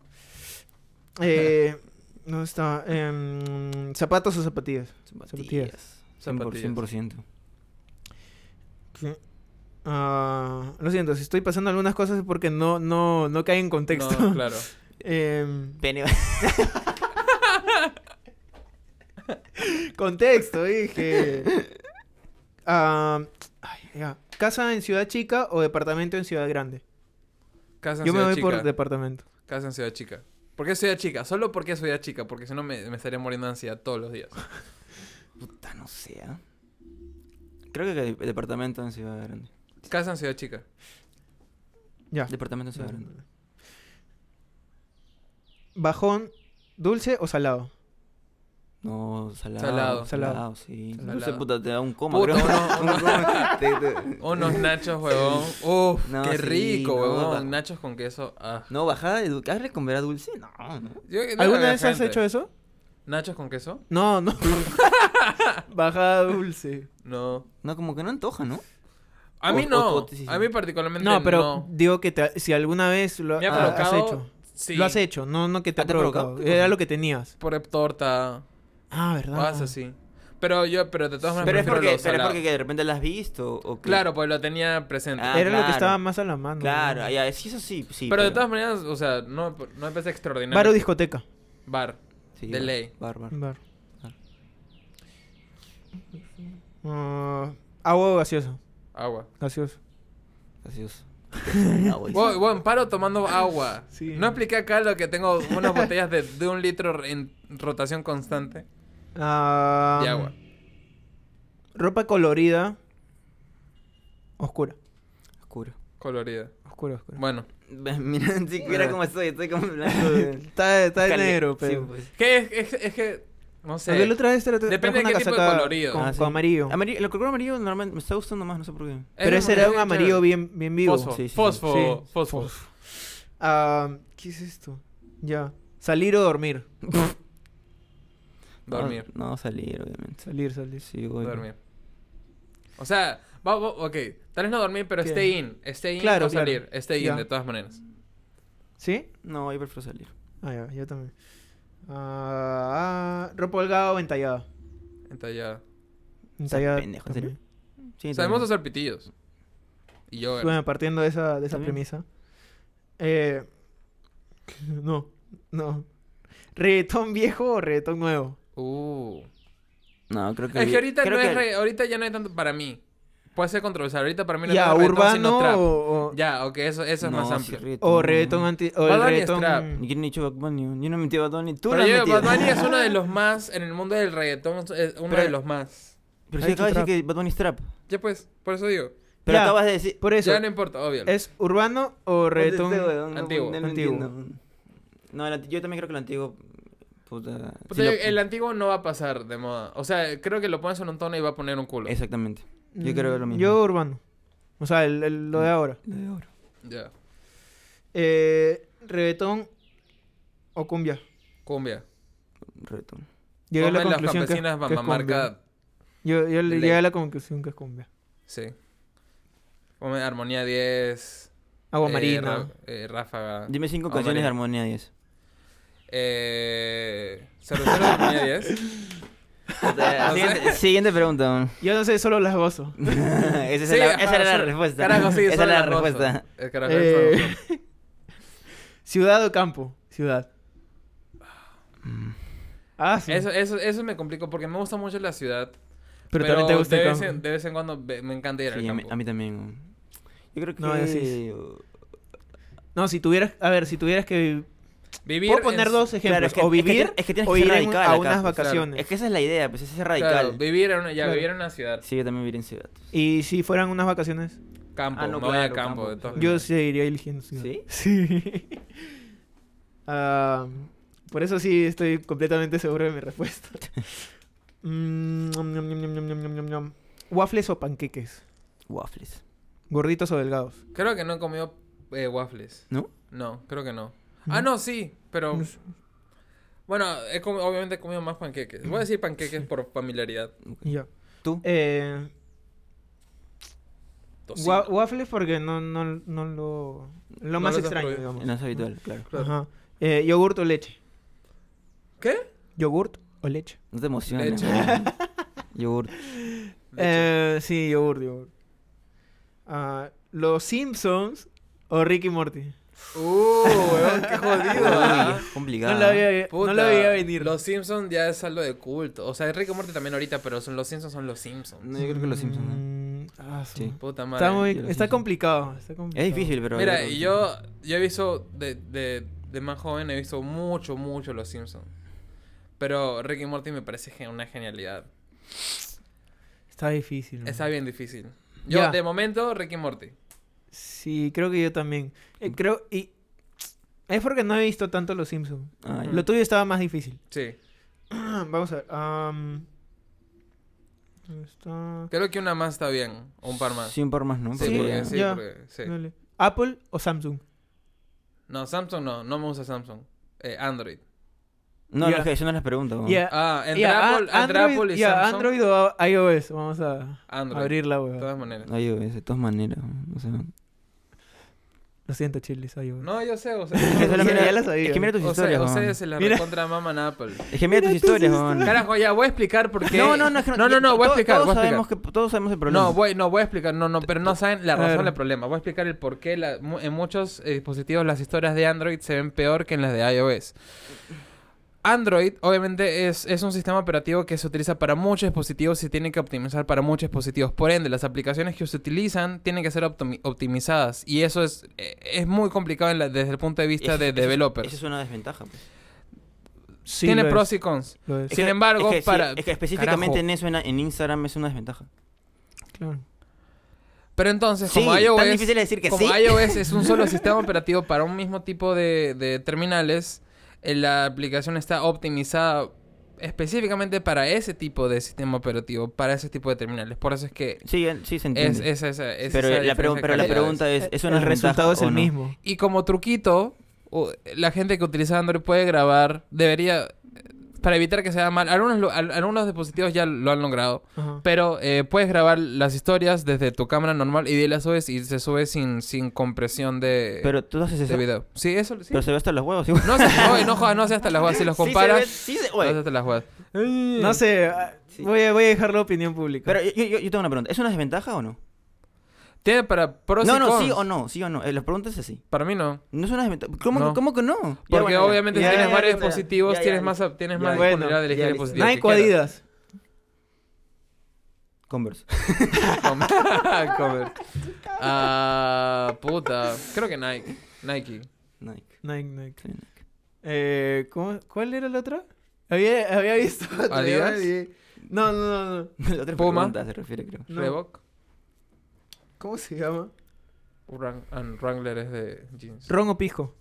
[SPEAKER 3] Eh, no está. em, ¿Zapatos o zapatillas?
[SPEAKER 2] Zapatillas. 100%.
[SPEAKER 1] Zapatillas.
[SPEAKER 2] 100%.
[SPEAKER 3] Ah, lo siento, si estoy pasando algunas cosas es porque no, no, no cae en contexto.
[SPEAKER 1] No, claro.
[SPEAKER 3] Em,
[SPEAKER 2] Pene.
[SPEAKER 3] contexto, dije. Ah, ay, ya. ¿Casa en ciudad chica o departamento en ciudad grande?
[SPEAKER 1] Casa en
[SPEAKER 3] Yo me
[SPEAKER 1] Ciudad
[SPEAKER 3] voy
[SPEAKER 1] Chica.
[SPEAKER 3] por departamento.
[SPEAKER 1] Casa en Ciudad Chica. ¿Por qué Ciudad Chica? Solo porque Ciudad Chica. Porque si no me, me estaría muriendo de ansiedad todos los días.
[SPEAKER 2] Puta, no sea. Creo que de- departamento en Ciudad Grande.
[SPEAKER 1] Casa en Ciudad Chica.
[SPEAKER 3] Ya.
[SPEAKER 2] Departamento en Ciudad Grande.
[SPEAKER 3] bajón, dulce o salado.
[SPEAKER 2] No, salado.
[SPEAKER 1] Salado.
[SPEAKER 2] Salado,
[SPEAKER 3] Salado.
[SPEAKER 2] sí.
[SPEAKER 1] Salado.
[SPEAKER 2] Dulce, puta, te da un coma,
[SPEAKER 1] Puta,
[SPEAKER 2] creo.
[SPEAKER 1] uno- uno-
[SPEAKER 2] Un coma. Te- te-
[SPEAKER 1] Unos nachos, huevón. Uf,
[SPEAKER 2] No,
[SPEAKER 1] qué
[SPEAKER 2] sí,
[SPEAKER 1] rico,
[SPEAKER 2] no,
[SPEAKER 1] huevón.
[SPEAKER 2] da-
[SPEAKER 1] Nachos con queso. Ah.
[SPEAKER 2] No, bajada de educarle con vera dulce, no. Eh, no.
[SPEAKER 1] Yo- yo
[SPEAKER 3] ¿Alguna
[SPEAKER 1] la
[SPEAKER 3] vez has
[SPEAKER 1] gente.
[SPEAKER 3] hecho eso?
[SPEAKER 1] ¿Nachos con queso?
[SPEAKER 3] No, no. Bajada dulce.
[SPEAKER 1] No.
[SPEAKER 2] No, como que no antoja, ¿no?
[SPEAKER 1] A
[SPEAKER 2] O-
[SPEAKER 1] mí
[SPEAKER 2] o-
[SPEAKER 1] no.
[SPEAKER 2] o- sí, sí,
[SPEAKER 1] A
[SPEAKER 2] sí.
[SPEAKER 1] mí particularmente no.
[SPEAKER 3] No, pero digo que te- si alguna vez lo
[SPEAKER 1] Me ha
[SPEAKER 3] ha- has
[SPEAKER 1] provocado-
[SPEAKER 3] hecho.
[SPEAKER 1] Sí.
[SPEAKER 3] Lo has hecho, no, no que te
[SPEAKER 2] Ah,
[SPEAKER 3] ha
[SPEAKER 2] ¿te ha provocado?
[SPEAKER 3] provocado. Era lo que tenías.
[SPEAKER 1] Por torta.
[SPEAKER 3] Ah,
[SPEAKER 1] O
[SPEAKER 3] ¿verdad?
[SPEAKER 1] cosas así. Pero yo, pero de todas maneras
[SPEAKER 2] Pero es
[SPEAKER 1] prefiero
[SPEAKER 2] porque,
[SPEAKER 1] lo
[SPEAKER 2] pero es
[SPEAKER 1] salado.
[SPEAKER 2] porque que de repente la has visto. O que-
[SPEAKER 1] Claro, pues lo tenía presente.
[SPEAKER 2] Ah,
[SPEAKER 3] Era lo que
[SPEAKER 2] claro.
[SPEAKER 3] estaba más a la mano.
[SPEAKER 2] Claro,
[SPEAKER 3] ¿no?
[SPEAKER 2] ya, sí, eso sí. sí
[SPEAKER 1] pero de todas maneras, o sea, no, no me parece extraordinario.
[SPEAKER 3] Bar o discoteca.
[SPEAKER 1] Bar.
[SPEAKER 2] Sí,
[SPEAKER 1] de ley.
[SPEAKER 2] Bárbaro.
[SPEAKER 3] Bar.
[SPEAKER 2] Bar.
[SPEAKER 3] Ah, agua o gaseosa.
[SPEAKER 1] Agua.
[SPEAKER 3] Gaseosa.
[SPEAKER 2] Gracioso.
[SPEAKER 1] Bueno, paro tomando agua.
[SPEAKER 3] Pues Sí.
[SPEAKER 1] No expliqué acá lo que tengo unas botellas de, de un litro en rotación constante
[SPEAKER 3] Ah,
[SPEAKER 1] de agua.
[SPEAKER 3] Ropa colorida. Oscura.
[SPEAKER 2] Oscuro.
[SPEAKER 1] Colorida.
[SPEAKER 3] Oscura, oscura.
[SPEAKER 1] Bueno.
[SPEAKER 2] Mira, ni siquiera cómo estoy, estoy como blanco. de-
[SPEAKER 3] está está de
[SPEAKER 2] Cali-
[SPEAKER 3] negro, pero.
[SPEAKER 2] Sí, pues.
[SPEAKER 1] Que es, es- es que. No sé.
[SPEAKER 3] Porque la otra vez te la te-
[SPEAKER 1] Depende
[SPEAKER 3] trajo
[SPEAKER 1] de
[SPEAKER 3] una
[SPEAKER 1] qué tipo de
[SPEAKER 3] casaca
[SPEAKER 1] colorido.
[SPEAKER 3] Con,
[SPEAKER 2] Ah, sí.
[SPEAKER 3] con amarillo.
[SPEAKER 2] Amarillo, el color amarillo normalmente me está gustando más, no sé por
[SPEAKER 1] Eh,
[SPEAKER 2] qué.
[SPEAKER 3] Pero ese era un amarillo bien, bien vivo.
[SPEAKER 1] Fosfo.
[SPEAKER 2] Sí, sí, sí.
[SPEAKER 1] fosfo.
[SPEAKER 3] Sí.
[SPEAKER 1] Fosfo.
[SPEAKER 3] Ah, ¿Qué es esto? Ya. Salir o dormir.
[SPEAKER 1] Dormir.
[SPEAKER 2] No, no, salir, obviamente.
[SPEAKER 3] Salir, salir.
[SPEAKER 2] Sí, güey.
[SPEAKER 1] Dormir. O sea, va, va- ok. Tal vez no dormir, pero
[SPEAKER 3] ¿Qué?
[SPEAKER 1] stay in. Stay in
[SPEAKER 3] Claro,
[SPEAKER 1] o
[SPEAKER 3] claro.
[SPEAKER 1] salir. Stay in,
[SPEAKER 3] Ya.
[SPEAKER 1] de todas maneras.
[SPEAKER 3] ¿Sí?
[SPEAKER 2] No, yo prefiero salir.
[SPEAKER 3] Ah, ya, yo también. Ah, ah, ropa holgada o entallada.
[SPEAKER 1] Entonces ya.
[SPEAKER 3] Entallada.
[SPEAKER 2] pendejo, ¿en serio?
[SPEAKER 3] también.
[SPEAKER 2] Sí,
[SPEAKER 1] Sabemos
[SPEAKER 2] también.
[SPEAKER 1] hacer pitillos. Y yo.
[SPEAKER 3] Bueno, partiendo de esa, de esa
[SPEAKER 2] También.
[SPEAKER 3] premisa. Eh, no, no. ¿Reggaetón viejo o reggaetón nuevo?
[SPEAKER 1] Uh.
[SPEAKER 2] No, creo que.
[SPEAKER 1] Es que ahorita,
[SPEAKER 2] creo
[SPEAKER 1] no
[SPEAKER 2] que-
[SPEAKER 1] es re- ahorita ya no hay tanto para mí. Puede ser controversial. Ahorita para mí no es
[SPEAKER 3] ya,
[SPEAKER 1] tanto reggaetón, sino
[SPEAKER 3] urbano
[SPEAKER 1] trap.
[SPEAKER 3] o, o,
[SPEAKER 1] Ya, ok, eso, eso es
[SPEAKER 2] No,
[SPEAKER 1] más
[SPEAKER 2] sí,
[SPEAKER 1] amplio.
[SPEAKER 3] o reggaetón anti... O
[SPEAKER 1] Bad
[SPEAKER 3] el
[SPEAKER 1] Bunny es
[SPEAKER 3] reggaetón...
[SPEAKER 1] trap.
[SPEAKER 2] Ni quién ni hecho Bad Bunny. Yo no metí Bad Bunny. Tú lo
[SPEAKER 1] Pero
[SPEAKER 2] has
[SPEAKER 1] yo,
[SPEAKER 2] metido.
[SPEAKER 1] Bad Bunny es uno de los más, en el mundo del reggaetón, es uno
[SPEAKER 2] Pero-
[SPEAKER 1] de los más.
[SPEAKER 2] Pero
[SPEAKER 3] Ha
[SPEAKER 2] si
[SPEAKER 3] dicho
[SPEAKER 2] acabas de
[SPEAKER 3] trap.
[SPEAKER 2] decir que Bad Bunny es trap.
[SPEAKER 1] Ya pues, por eso digo.
[SPEAKER 2] Pero
[SPEAKER 3] Ya.
[SPEAKER 2] acabas de decir.
[SPEAKER 3] Por eso,
[SPEAKER 1] Ya no importa, obvio.
[SPEAKER 3] ¿es urbano o reggaetón...?
[SPEAKER 2] Ponte este, weón, no,
[SPEAKER 1] antiguo.
[SPEAKER 2] No, lo
[SPEAKER 3] Antiguo.
[SPEAKER 2] entiendo. No, el anti- yo también creo que el antiguo.
[SPEAKER 1] Puta,
[SPEAKER 2] Puta. sí lo-
[SPEAKER 1] yo- Pues, eh, El antiguo no va a pasar de moda. O sea, creo que lo pones en un tono y va a poner un culo.
[SPEAKER 2] Exactamente. Yo creo que lo
[SPEAKER 3] Mm,
[SPEAKER 2] mismo.
[SPEAKER 3] Yo urbano. O sea, el- el- lo de ahora.
[SPEAKER 2] Lo de ahora.
[SPEAKER 1] Ya.
[SPEAKER 3] Eh, ¿Reggaetón o cumbia?
[SPEAKER 1] Cumbia.
[SPEAKER 2] Reto.
[SPEAKER 3] Llegué a la
[SPEAKER 1] Comen las
[SPEAKER 3] conclusión que, es-
[SPEAKER 1] campesinas
[SPEAKER 3] que es cumbia.
[SPEAKER 1] mamamarca.
[SPEAKER 3] Yo, yo
[SPEAKER 1] ley.
[SPEAKER 3] llegué a la conclusión que es cumbia.
[SPEAKER 1] Sí. Comen Armonía 10.
[SPEAKER 3] Agua
[SPEAKER 1] eh,
[SPEAKER 3] marina.
[SPEAKER 1] Ra- eh, Ráfaga.
[SPEAKER 2] Dime cinco
[SPEAKER 1] Ah,
[SPEAKER 2] canciones
[SPEAKER 1] María.
[SPEAKER 2] de Armonía 10.
[SPEAKER 1] Eh. cervecero de Armonía 10.
[SPEAKER 2] siguiente, siguiente pregunta.
[SPEAKER 3] Yo no sé, solo las gozo.
[SPEAKER 2] Esa, es
[SPEAKER 1] Sí,
[SPEAKER 2] la,
[SPEAKER 1] ajá,
[SPEAKER 2] esa era la
[SPEAKER 1] sí.
[SPEAKER 2] respuesta.
[SPEAKER 1] Carajo, sí,
[SPEAKER 2] esa
[SPEAKER 1] son
[SPEAKER 2] era la
[SPEAKER 1] las rosas.
[SPEAKER 2] respuesta.
[SPEAKER 1] Eh, carajo,
[SPEAKER 3] Eh.
[SPEAKER 1] son las rosas.
[SPEAKER 3] ¿Ciudad o campo? Ciudad. Ah, sí.
[SPEAKER 1] Mm. Eso, eso, eso me complicó porque me gusta mucho la ciudad.
[SPEAKER 3] pero, también te gusta
[SPEAKER 1] de
[SPEAKER 3] el
[SPEAKER 1] vez,
[SPEAKER 3] campo.
[SPEAKER 1] en, de vez en cuando ve- me encanta ir al
[SPEAKER 2] Sí, a, mí,
[SPEAKER 1] campo.
[SPEAKER 2] a mí también. weón. Yo creo que.
[SPEAKER 3] No, yo sí. No, si tuvieras... A ver, si tuvieras que... vi-
[SPEAKER 1] Vivir
[SPEAKER 3] Puedo
[SPEAKER 1] en
[SPEAKER 3] poner
[SPEAKER 1] su-
[SPEAKER 3] dos ejemplos.
[SPEAKER 2] es que-
[SPEAKER 3] o
[SPEAKER 2] es que
[SPEAKER 3] vivir
[SPEAKER 2] ti- es que tienes
[SPEAKER 3] o
[SPEAKER 2] que
[SPEAKER 3] ir
[SPEAKER 2] ser
[SPEAKER 3] en-
[SPEAKER 2] radical
[SPEAKER 3] a
[SPEAKER 2] acá,
[SPEAKER 3] unas
[SPEAKER 2] pues,
[SPEAKER 1] claro.
[SPEAKER 3] vacaciones.
[SPEAKER 2] Es que esa es la idea, pues ese es
[SPEAKER 1] Claro,
[SPEAKER 2] radical.
[SPEAKER 1] vivir en una, ya,
[SPEAKER 3] Claro.
[SPEAKER 1] vivir en una ciudad.
[SPEAKER 2] Sí, yo también vivir en ciudad.
[SPEAKER 3] Y si fueran unas vacaciones,
[SPEAKER 1] Campo,
[SPEAKER 2] Ah, no,
[SPEAKER 1] me voy a
[SPEAKER 2] claro,
[SPEAKER 1] campo.
[SPEAKER 2] campo,
[SPEAKER 1] de todas
[SPEAKER 2] sí.
[SPEAKER 3] yo
[SPEAKER 1] maneras.
[SPEAKER 3] seguiría eligiendo ciudad.
[SPEAKER 2] ¿Sí?
[SPEAKER 3] Sí. Ah, por eso sí estoy completamente seguro de mi respuesta. Mm, nom, nom, nom, nom, nom, nom, nom, nom. ¿Waffles o panqueques?
[SPEAKER 2] Waffles.
[SPEAKER 3] ¿Gorditos o delgados?
[SPEAKER 1] Creo que no he comido eh, waffles.
[SPEAKER 2] ¿No?
[SPEAKER 1] No, creo que no. Ah, no, sí, pero... Bueno, he comi- obviamente he comido más panqueques. Voy a decir panqueques por familiaridad.
[SPEAKER 3] Ya.
[SPEAKER 2] ¿Tú?
[SPEAKER 3] Eh,
[SPEAKER 1] Tocino.
[SPEAKER 3] wa- waffles porque no, no, no lo... Lo
[SPEAKER 1] No
[SPEAKER 3] más
[SPEAKER 1] lo
[SPEAKER 3] extraño,
[SPEAKER 1] desarrollo.
[SPEAKER 3] digamos.
[SPEAKER 2] No es habitual, claro.
[SPEAKER 1] Claro.
[SPEAKER 3] Ajá. Eh, ¿Yogurt o leche?
[SPEAKER 1] ¿Qué?
[SPEAKER 3] ¿Yogurt o leche?
[SPEAKER 2] No te emociones.
[SPEAKER 1] Leche.
[SPEAKER 2] weón. Yogur.
[SPEAKER 1] De hecho.
[SPEAKER 3] Eh, sí, yogurt, yogurt. Ah, ¿Los Simpsons o Ricky Morty?
[SPEAKER 1] Uh, weón, qué jodido. ¿ah?
[SPEAKER 2] Uy, es complicado.
[SPEAKER 3] No lo había, no
[SPEAKER 1] Puta,
[SPEAKER 3] lo veía venir.
[SPEAKER 1] Los Simpsons ya es algo de culto. O sea, Rick y Morty también ahorita, pero son los Simpsons son los Simpsons.
[SPEAKER 2] No, yo creo que los Simpsons. ¿no?
[SPEAKER 3] Mm, ah, su-
[SPEAKER 2] Sí.
[SPEAKER 1] Puta madre.
[SPEAKER 3] Está, muy-
[SPEAKER 2] Yo los
[SPEAKER 3] está
[SPEAKER 2] Simpsons.
[SPEAKER 3] complicado, está complicado.
[SPEAKER 2] Es difícil, pero.
[SPEAKER 1] Mira, y yo, yo he visto de, de, de más joven, he visto mucho, mucho Los Simpsons. Pero Rick y Morty me parece gen- una genialidad.
[SPEAKER 3] Está difícil.
[SPEAKER 2] Mm.
[SPEAKER 3] man.
[SPEAKER 1] Está bien difícil. Yo,
[SPEAKER 3] Ya.
[SPEAKER 1] de momento, Rick y Morty.
[SPEAKER 3] Sí, creo que yo también. Eh, creo, y Es porque no he visto tanto Los Simpsons.
[SPEAKER 2] Ah, ya.
[SPEAKER 3] Lo tuyo estaba más difícil.
[SPEAKER 1] Sí.
[SPEAKER 3] Vamos a ver. am, ¿dónde está?
[SPEAKER 1] Creo que una más está bien. O un par más.
[SPEAKER 2] Sí, un par más, ¿no?
[SPEAKER 1] Sí,
[SPEAKER 2] Porque
[SPEAKER 1] porque,
[SPEAKER 2] ya-
[SPEAKER 1] sí,
[SPEAKER 3] ya.
[SPEAKER 1] porque- sí.
[SPEAKER 3] Dale. ¿Apple o Samsung?
[SPEAKER 1] No, Samsung no. No me gusta Samsung. Eh, Android.
[SPEAKER 2] No,
[SPEAKER 3] Ya.
[SPEAKER 2] no, es que yo no las pregunto. weón.
[SPEAKER 3] Ya,
[SPEAKER 1] Ah, entre
[SPEAKER 3] ya, a-
[SPEAKER 1] Apple, entre
[SPEAKER 3] Android-
[SPEAKER 1] Apple y
[SPEAKER 3] ya,
[SPEAKER 1] Samsung.
[SPEAKER 3] Android o a- iOS. Vamos a
[SPEAKER 1] Android.
[SPEAKER 3] abrir la
[SPEAKER 1] De
[SPEAKER 3] web.
[SPEAKER 1] todas maneras.
[SPEAKER 2] Ay, güey, de todas maneras, weón, o sea,
[SPEAKER 3] Lo siento, chiles, iOS.
[SPEAKER 1] No, yo sé, o sea.
[SPEAKER 2] Es que
[SPEAKER 1] o sea,
[SPEAKER 2] solamente-
[SPEAKER 3] ya la sabía.
[SPEAKER 2] Es que mira
[SPEAKER 1] o
[SPEAKER 2] tus
[SPEAKER 1] sea,
[SPEAKER 2] historias, weón.
[SPEAKER 1] ustedes se la
[SPEAKER 3] Mira.
[SPEAKER 1] recontra maman a Apple.
[SPEAKER 2] Es que mira tus historias, weón.
[SPEAKER 1] Carajo, ya voy a explicar por qué.
[SPEAKER 2] No, no, no, es que
[SPEAKER 1] No, no, no, voy a
[SPEAKER 2] to-
[SPEAKER 1] explicar,
[SPEAKER 2] Todos,
[SPEAKER 1] voy a
[SPEAKER 2] sabemos que todos sabemos el problema.
[SPEAKER 1] No, voy, no, voy a explicar, no, no, pero no saben la
[SPEAKER 3] A
[SPEAKER 1] razón
[SPEAKER 3] ver.
[SPEAKER 1] del problema. Voy a explicar el por qué la- mu- en muchos eh, dispositivos las historias de Android se ven peor que en las de iOS. Android, obviamente, es, es un sistema operativo que se utiliza para muchos dispositivos y tiene que optimizar para muchos dispositivos. Por ende, las aplicaciones que se utilizan tienen que ser optimi- optimizadas. Y eso es, eh, es muy complicado en la- desde el punto de
[SPEAKER 2] Eso
[SPEAKER 1] vista
[SPEAKER 2] es-
[SPEAKER 1] de
[SPEAKER 2] eso es-
[SPEAKER 1] developers.
[SPEAKER 2] Esa es una desventaja. pues.
[SPEAKER 3] Sí,
[SPEAKER 1] tiene
[SPEAKER 3] lo es,
[SPEAKER 1] pros y cons.
[SPEAKER 3] lo es,
[SPEAKER 1] Sí. Sin embargo,
[SPEAKER 2] es que, sí,
[SPEAKER 1] para-
[SPEAKER 2] es que específicamente
[SPEAKER 1] carajo.
[SPEAKER 2] en eso, en, en Instagram, es una desventaja.
[SPEAKER 3] claro.
[SPEAKER 1] Pero entonces, como
[SPEAKER 2] sí,
[SPEAKER 1] iOS...
[SPEAKER 2] tan difícil decir que
[SPEAKER 1] como
[SPEAKER 2] sí.
[SPEAKER 1] iOS es un solo sistema operativo para un mismo tipo de, de terminales, eh, la aplicación está optimizada específicamente para ese tipo de sistema operativo, para ese tipo de terminales. Por eso es que
[SPEAKER 2] Sí, eh, sí se
[SPEAKER 1] es,
[SPEAKER 2] entiende.
[SPEAKER 1] es esa. es
[SPEAKER 2] pero,
[SPEAKER 1] esa diferencia de
[SPEAKER 2] la pregu- pero la
[SPEAKER 1] calidades.
[SPEAKER 2] pregunta es, ¿es una
[SPEAKER 3] el
[SPEAKER 2] desventaja
[SPEAKER 3] resultado es
[SPEAKER 2] o
[SPEAKER 3] el
[SPEAKER 2] no?
[SPEAKER 3] mismo.
[SPEAKER 1] Y como truquito, o- la gente que utiliza Android puede grabar, debería, para evitar que sea mal, algunos, lo- al- algunos dispositivos ya lo han logrado.
[SPEAKER 3] Ajá.
[SPEAKER 1] Pero eh, puedes grabar las historias desde tu cámara normal y de ahí las subes y se sube sin, sin compresión de,
[SPEAKER 2] Pero tú haces
[SPEAKER 1] de
[SPEAKER 2] eso.
[SPEAKER 1] video. Sí, eso sí.
[SPEAKER 2] Pero se ve hasta los huevos. igual.
[SPEAKER 1] No sé, oye, no jodas, no sé hasta las jugadas. Si los
[SPEAKER 2] Sí se ve-
[SPEAKER 1] comparas,
[SPEAKER 2] sí se-
[SPEAKER 1] no
[SPEAKER 2] oye,
[SPEAKER 1] sé hasta las jugadas.
[SPEAKER 3] No sé, ah, voy a, voy a dejar la opinión pública.
[SPEAKER 2] Pero yo, yo- yo tengo una pregunta. ¿Es una desventaja o no?
[SPEAKER 1] Tiene para pros
[SPEAKER 2] No,
[SPEAKER 1] y
[SPEAKER 2] no,
[SPEAKER 1] cons.
[SPEAKER 2] sí o no, sí o no. Eh, La pregunta es así.
[SPEAKER 1] Para mí no.
[SPEAKER 2] No es una desventaja. ¿Cómo,
[SPEAKER 1] No.
[SPEAKER 2] ¿cómo que no? Ya,
[SPEAKER 1] Porque
[SPEAKER 2] bueno, ya.
[SPEAKER 1] obviamente
[SPEAKER 3] ya,
[SPEAKER 1] si tienes
[SPEAKER 3] ya,
[SPEAKER 1] varios
[SPEAKER 2] ya, ya.
[SPEAKER 1] dispositivos,
[SPEAKER 2] Ya, ya,
[SPEAKER 1] tienes
[SPEAKER 2] ya.
[SPEAKER 1] más, a- tienes
[SPEAKER 2] Ya,
[SPEAKER 1] más
[SPEAKER 3] bueno,
[SPEAKER 1] disponibilidad de elegir
[SPEAKER 2] ya,
[SPEAKER 1] el
[SPEAKER 2] listo.
[SPEAKER 1] dispositivo. que
[SPEAKER 3] Nike o
[SPEAKER 1] quieras.
[SPEAKER 3] Adidas.
[SPEAKER 2] Converse.
[SPEAKER 1] Com- comer. Ah, puta. Creo que Nike. Nike.
[SPEAKER 2] Nike.
[SPEAKER 3] Nike, Nike.
[SPEAKER 2] Sí, Nike.
[SPEAKER 3] Eh, ¿cómo- ¿Cuál era la otra? Había, había visto. otra,
[SPEAKER 1] ¿Adidas?
[SPEAKER 3] ya me olvidé. No, no, no, no.
[SPEAKER 2] La otra
[SPEAKER 1] Puma.
[SPEAKER 2] pregunta se refiere, creo.
[SPEAKER 3] No.
[SPEAKER 1] Reebok.
[SPEAKER 3] ¿Cómo se llama?
[SPEAKER 1] Wran- and Wrangler es de jeans.
[SPEAKER 3] Ron o Pisco.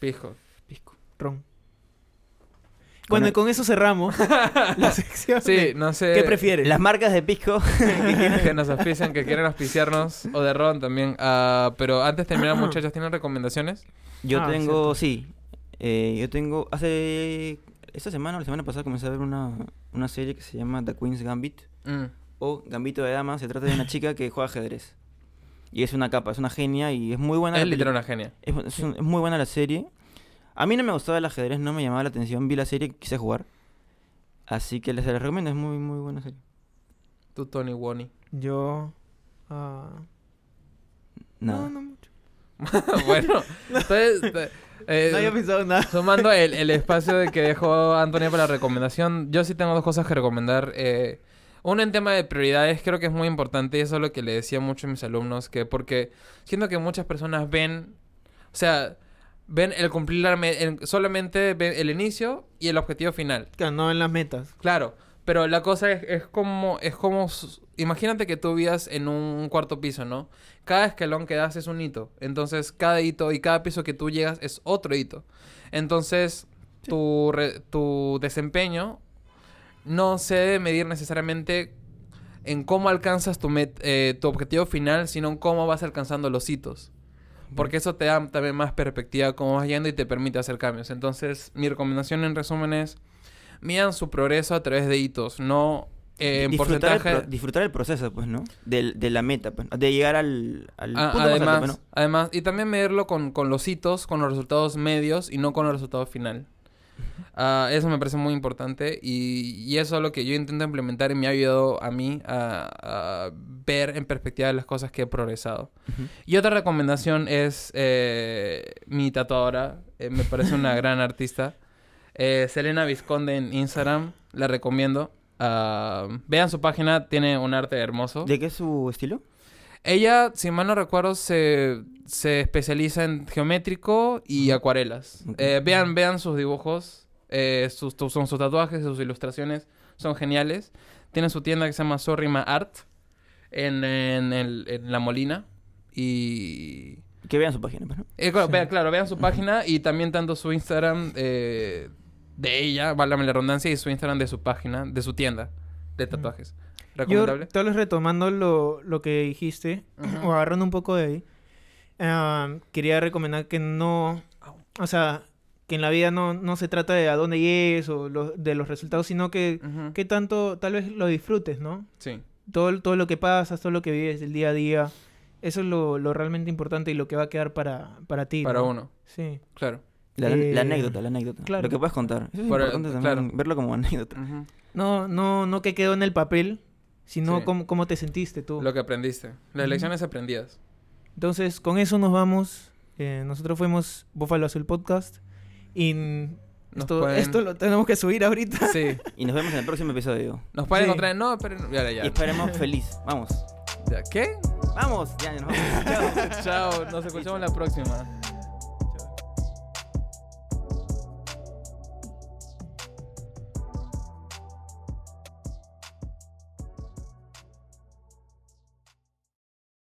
[SPEAKER 1] Pijo.
[SPEAKER 2] Pisco.
[SPEAKER 3] Ron.
[SPEAKER 2] Con
[SPEAKER 3] Bueno,
[SPEAKER 2] el-
[SPEAKER 3] y con eh, eso cerramos la sección.
[SPEAKER 1] Sí,
[SPEAKER 3] de
[SPEAKER 1] no sé.
[SPEAKER 3] ¿Qué prefieres?
[SPEAKER 2] Las marcas de pisco.
[SPEAKER 1] que nos auspician, que quieren auspiciarnos. O de Ron también. Ah, pero antes de terminar, muchachos, ¿tienen recomendaciones?
[SPEAKER 2] Yo
[SPEAKER 3] Ah,
[SPEAKER 2] tengo, sí. Eh, yo tengo, hace, esta semana o la semana pasada comencé a ver una, una serie que se llama The Queen's Gambit
[SPEAKER 1] Mm.
[SPEAKER 2] o Gambito de Dama. Se trata de una chica que juega ajedrez. Y es una capa, es una genia y es muy buena. la
[SPEAKER 1] Es
[SPEAKER 2] peli-
[SPEAKER 1] literal una genia.
[SPEAKER 2] es, bu- es un- es muy buena la serie. A mí no me gustaba el ajedrez, no me llamaba la atención. Vi la serie, quise jugar. Así que les la recomiendo, es muy, muy buena serie.
[SPEAKER 1] Tú, Tony Wonny.
[SPEAKER 3] Yo. ah,
[SPEAKER 2] Nada.
[SPEAKER 3] No, no mucho.
[SPEAKER 1] bueno, entonces, te- eh,
[SPEAKER 3] No había pensado en nada.
[SPEAKER 1] sumando el, el espacio de que dejó Antonia para la recomendación, yo sí tengo dos cosas que recomendar. Eh, una en tema de prioridades, creo que es muy importante y eso es lo que le decía mucho a mis alumnos, que porque siento que muchas personas ven, o sea, ven el cumplir la me- el- solamente ven el inicio y el objetivo final.
[SPEAKER 3] Claro, No en las metas.
[SPEAKER 1] Claro, pero la cosa es, es como, es como, s- imagínate que tú vivías en un cuarto piso, ¿no? Cada escalón que das es un hito, entonces cada hito y cada piso que tú llegas es otro hito. Entonces, tu, re- tu desempeño no se debe medir necesariamente en cómo alcanzas tu, met- eh, tu objetivo final, sino en cómo vas alcanzando los hitos. Porque eso te da también más perspectiva cómo vas yendo y te permite hacer cambios. Entonces, mi recomendación en resumen es, midan su progreso a través de hitos, no eh, en
[SPEAKER 2] disfrutar, el
[SPEAKER 1] porcentaje...
[SPEAKER 2] pro- disfrutar el proceso, pues, ¿no? Del- de la meta, pues. De llegar al, al
[SPEAKER 1] Ah,
[SPEAKER 2] punto más alto,
[SPEAKER 1] además,
[SPEAKER 2] pues, ¿no?
[SPEAKER 1] además, y también medirlo con, con los hitos, con los resultados medios y no con el resultado final. Ah, eso me parece muy importante y, y eso es lo que yo intento implementar y me ha ayudado a mí a, a ver en perspectiva las cosas que he progresado.
[SPEAKER 2] Ujú.
[SPEAKER 1] Y otra recomendación es eh, mi tatuadora, eh, me parece una gran artista, eh, Selena Vizconde en Instagram, la recomiendo. Ah, vean su página, tiene un arte hermoso.
[SPEAKER 2] ¿De qué es su estilo?
[SPEAKER 1] Ella, si mal no recuerdo, se, se especializa en geométrico y acuarelas.
[SPEAKER 2] Ok.
[SPEAKER 1] Eh, vean, vean sus dibujos, eh, sus, tu- son sus tatuajes, sus ilustraciones, son geniales. Tiene su tienda que se llama Sorrima Art en, en el- en La Molina. Y
[SPEAKER 2] Que vean su página, pues, ¿no?
[SPEAKER 1] Eh, claro, vea- claro, vean su página y también tanto su Instagram eh, de ella, válgame la redundancia, y su Instagram de su página, de su tienda de tatuajes.
[SPEAKER 3] Yo,
[SPEAKER 1] ¿Recomendable?
[SPEAKER 3] tal vez retomando lo, lo que dijiste, o agarrando un poco de ahí, ah, quería recomendar que no, o sea, que en la vida no, no se trata de a dónde llegues o lo- de los resultados, sino que,
[SPEAKER 1] Ujú.
[SPEAKER 3] que tanto tal vez lo disfrutes, ¿no?
[SPEAKER 1] Sí.
[SPEAKER 3] Todo, todo lo que pasas, todo lo que vives el día a día, eso es lo, lo realmente importante y lo que va a quedar para, para ti.
[SPEAKER 1] Para
[SPEAKER 3] ¿no?
[SPEAKER 1] uno.
[SPEAKER 3] Sí.
[SPEAKER 1] Claro.
[SPEAKER 2] La, la
[SPEAKER 3] Eh,
[SPEAKER 2] anécdota, la anécdota.
[SPEAKER 3] claro.
[SPEAKER 2] Lo que puedes contar. Eso es
[SPEAKER 1] Por-
[SPEAKER 2] importante también,
[SPEAKER 1] claro.
[SPEAKER 2] verlo como anécdota.
[SPEAKER 1] Ujú.
[SPEAKER 3] No, no, no que quedó en el papel, sino
[SPEAKER 1] Sí.
[SPEAKER 3] cómo, cómo te sentiste tú.
[SPEAKER 1] Lo que aprendiste. Las
[SPEAKER 3] Ujú.
[SPEAKER 1] lecciones aprendidas.
[SPEAKER 3] Entonces, con eso nos vamos. Eh, nosotros fuimos Búfalo Azul Podcast. Y n-
[SPEAKER 1] Nos
[SPEAKER 3] esto,
[SPEAKER 1] pueden-
[SPEAKER 3] esto lo tenemos que subir ahorita.
[SPEAKER 1] Sí.
[SPEAKER 2] Y nos vemos en el próximo episodio.
[SPEAKER 1] Nos pueden
[SPEAKER 3] Sí.
[SPEAKER 1] encontrar. No, pero. Ya, ya,
[SPEAKER 2] Y esperemos feliz. Vamos.
[SPEAKER 1] ya. ¿Qué?
[SPEAKER 2] Vamos. Ya, ya nos vamos. Chao.
[SPEAKER 1] Chao. Nos escuchamos la próxima.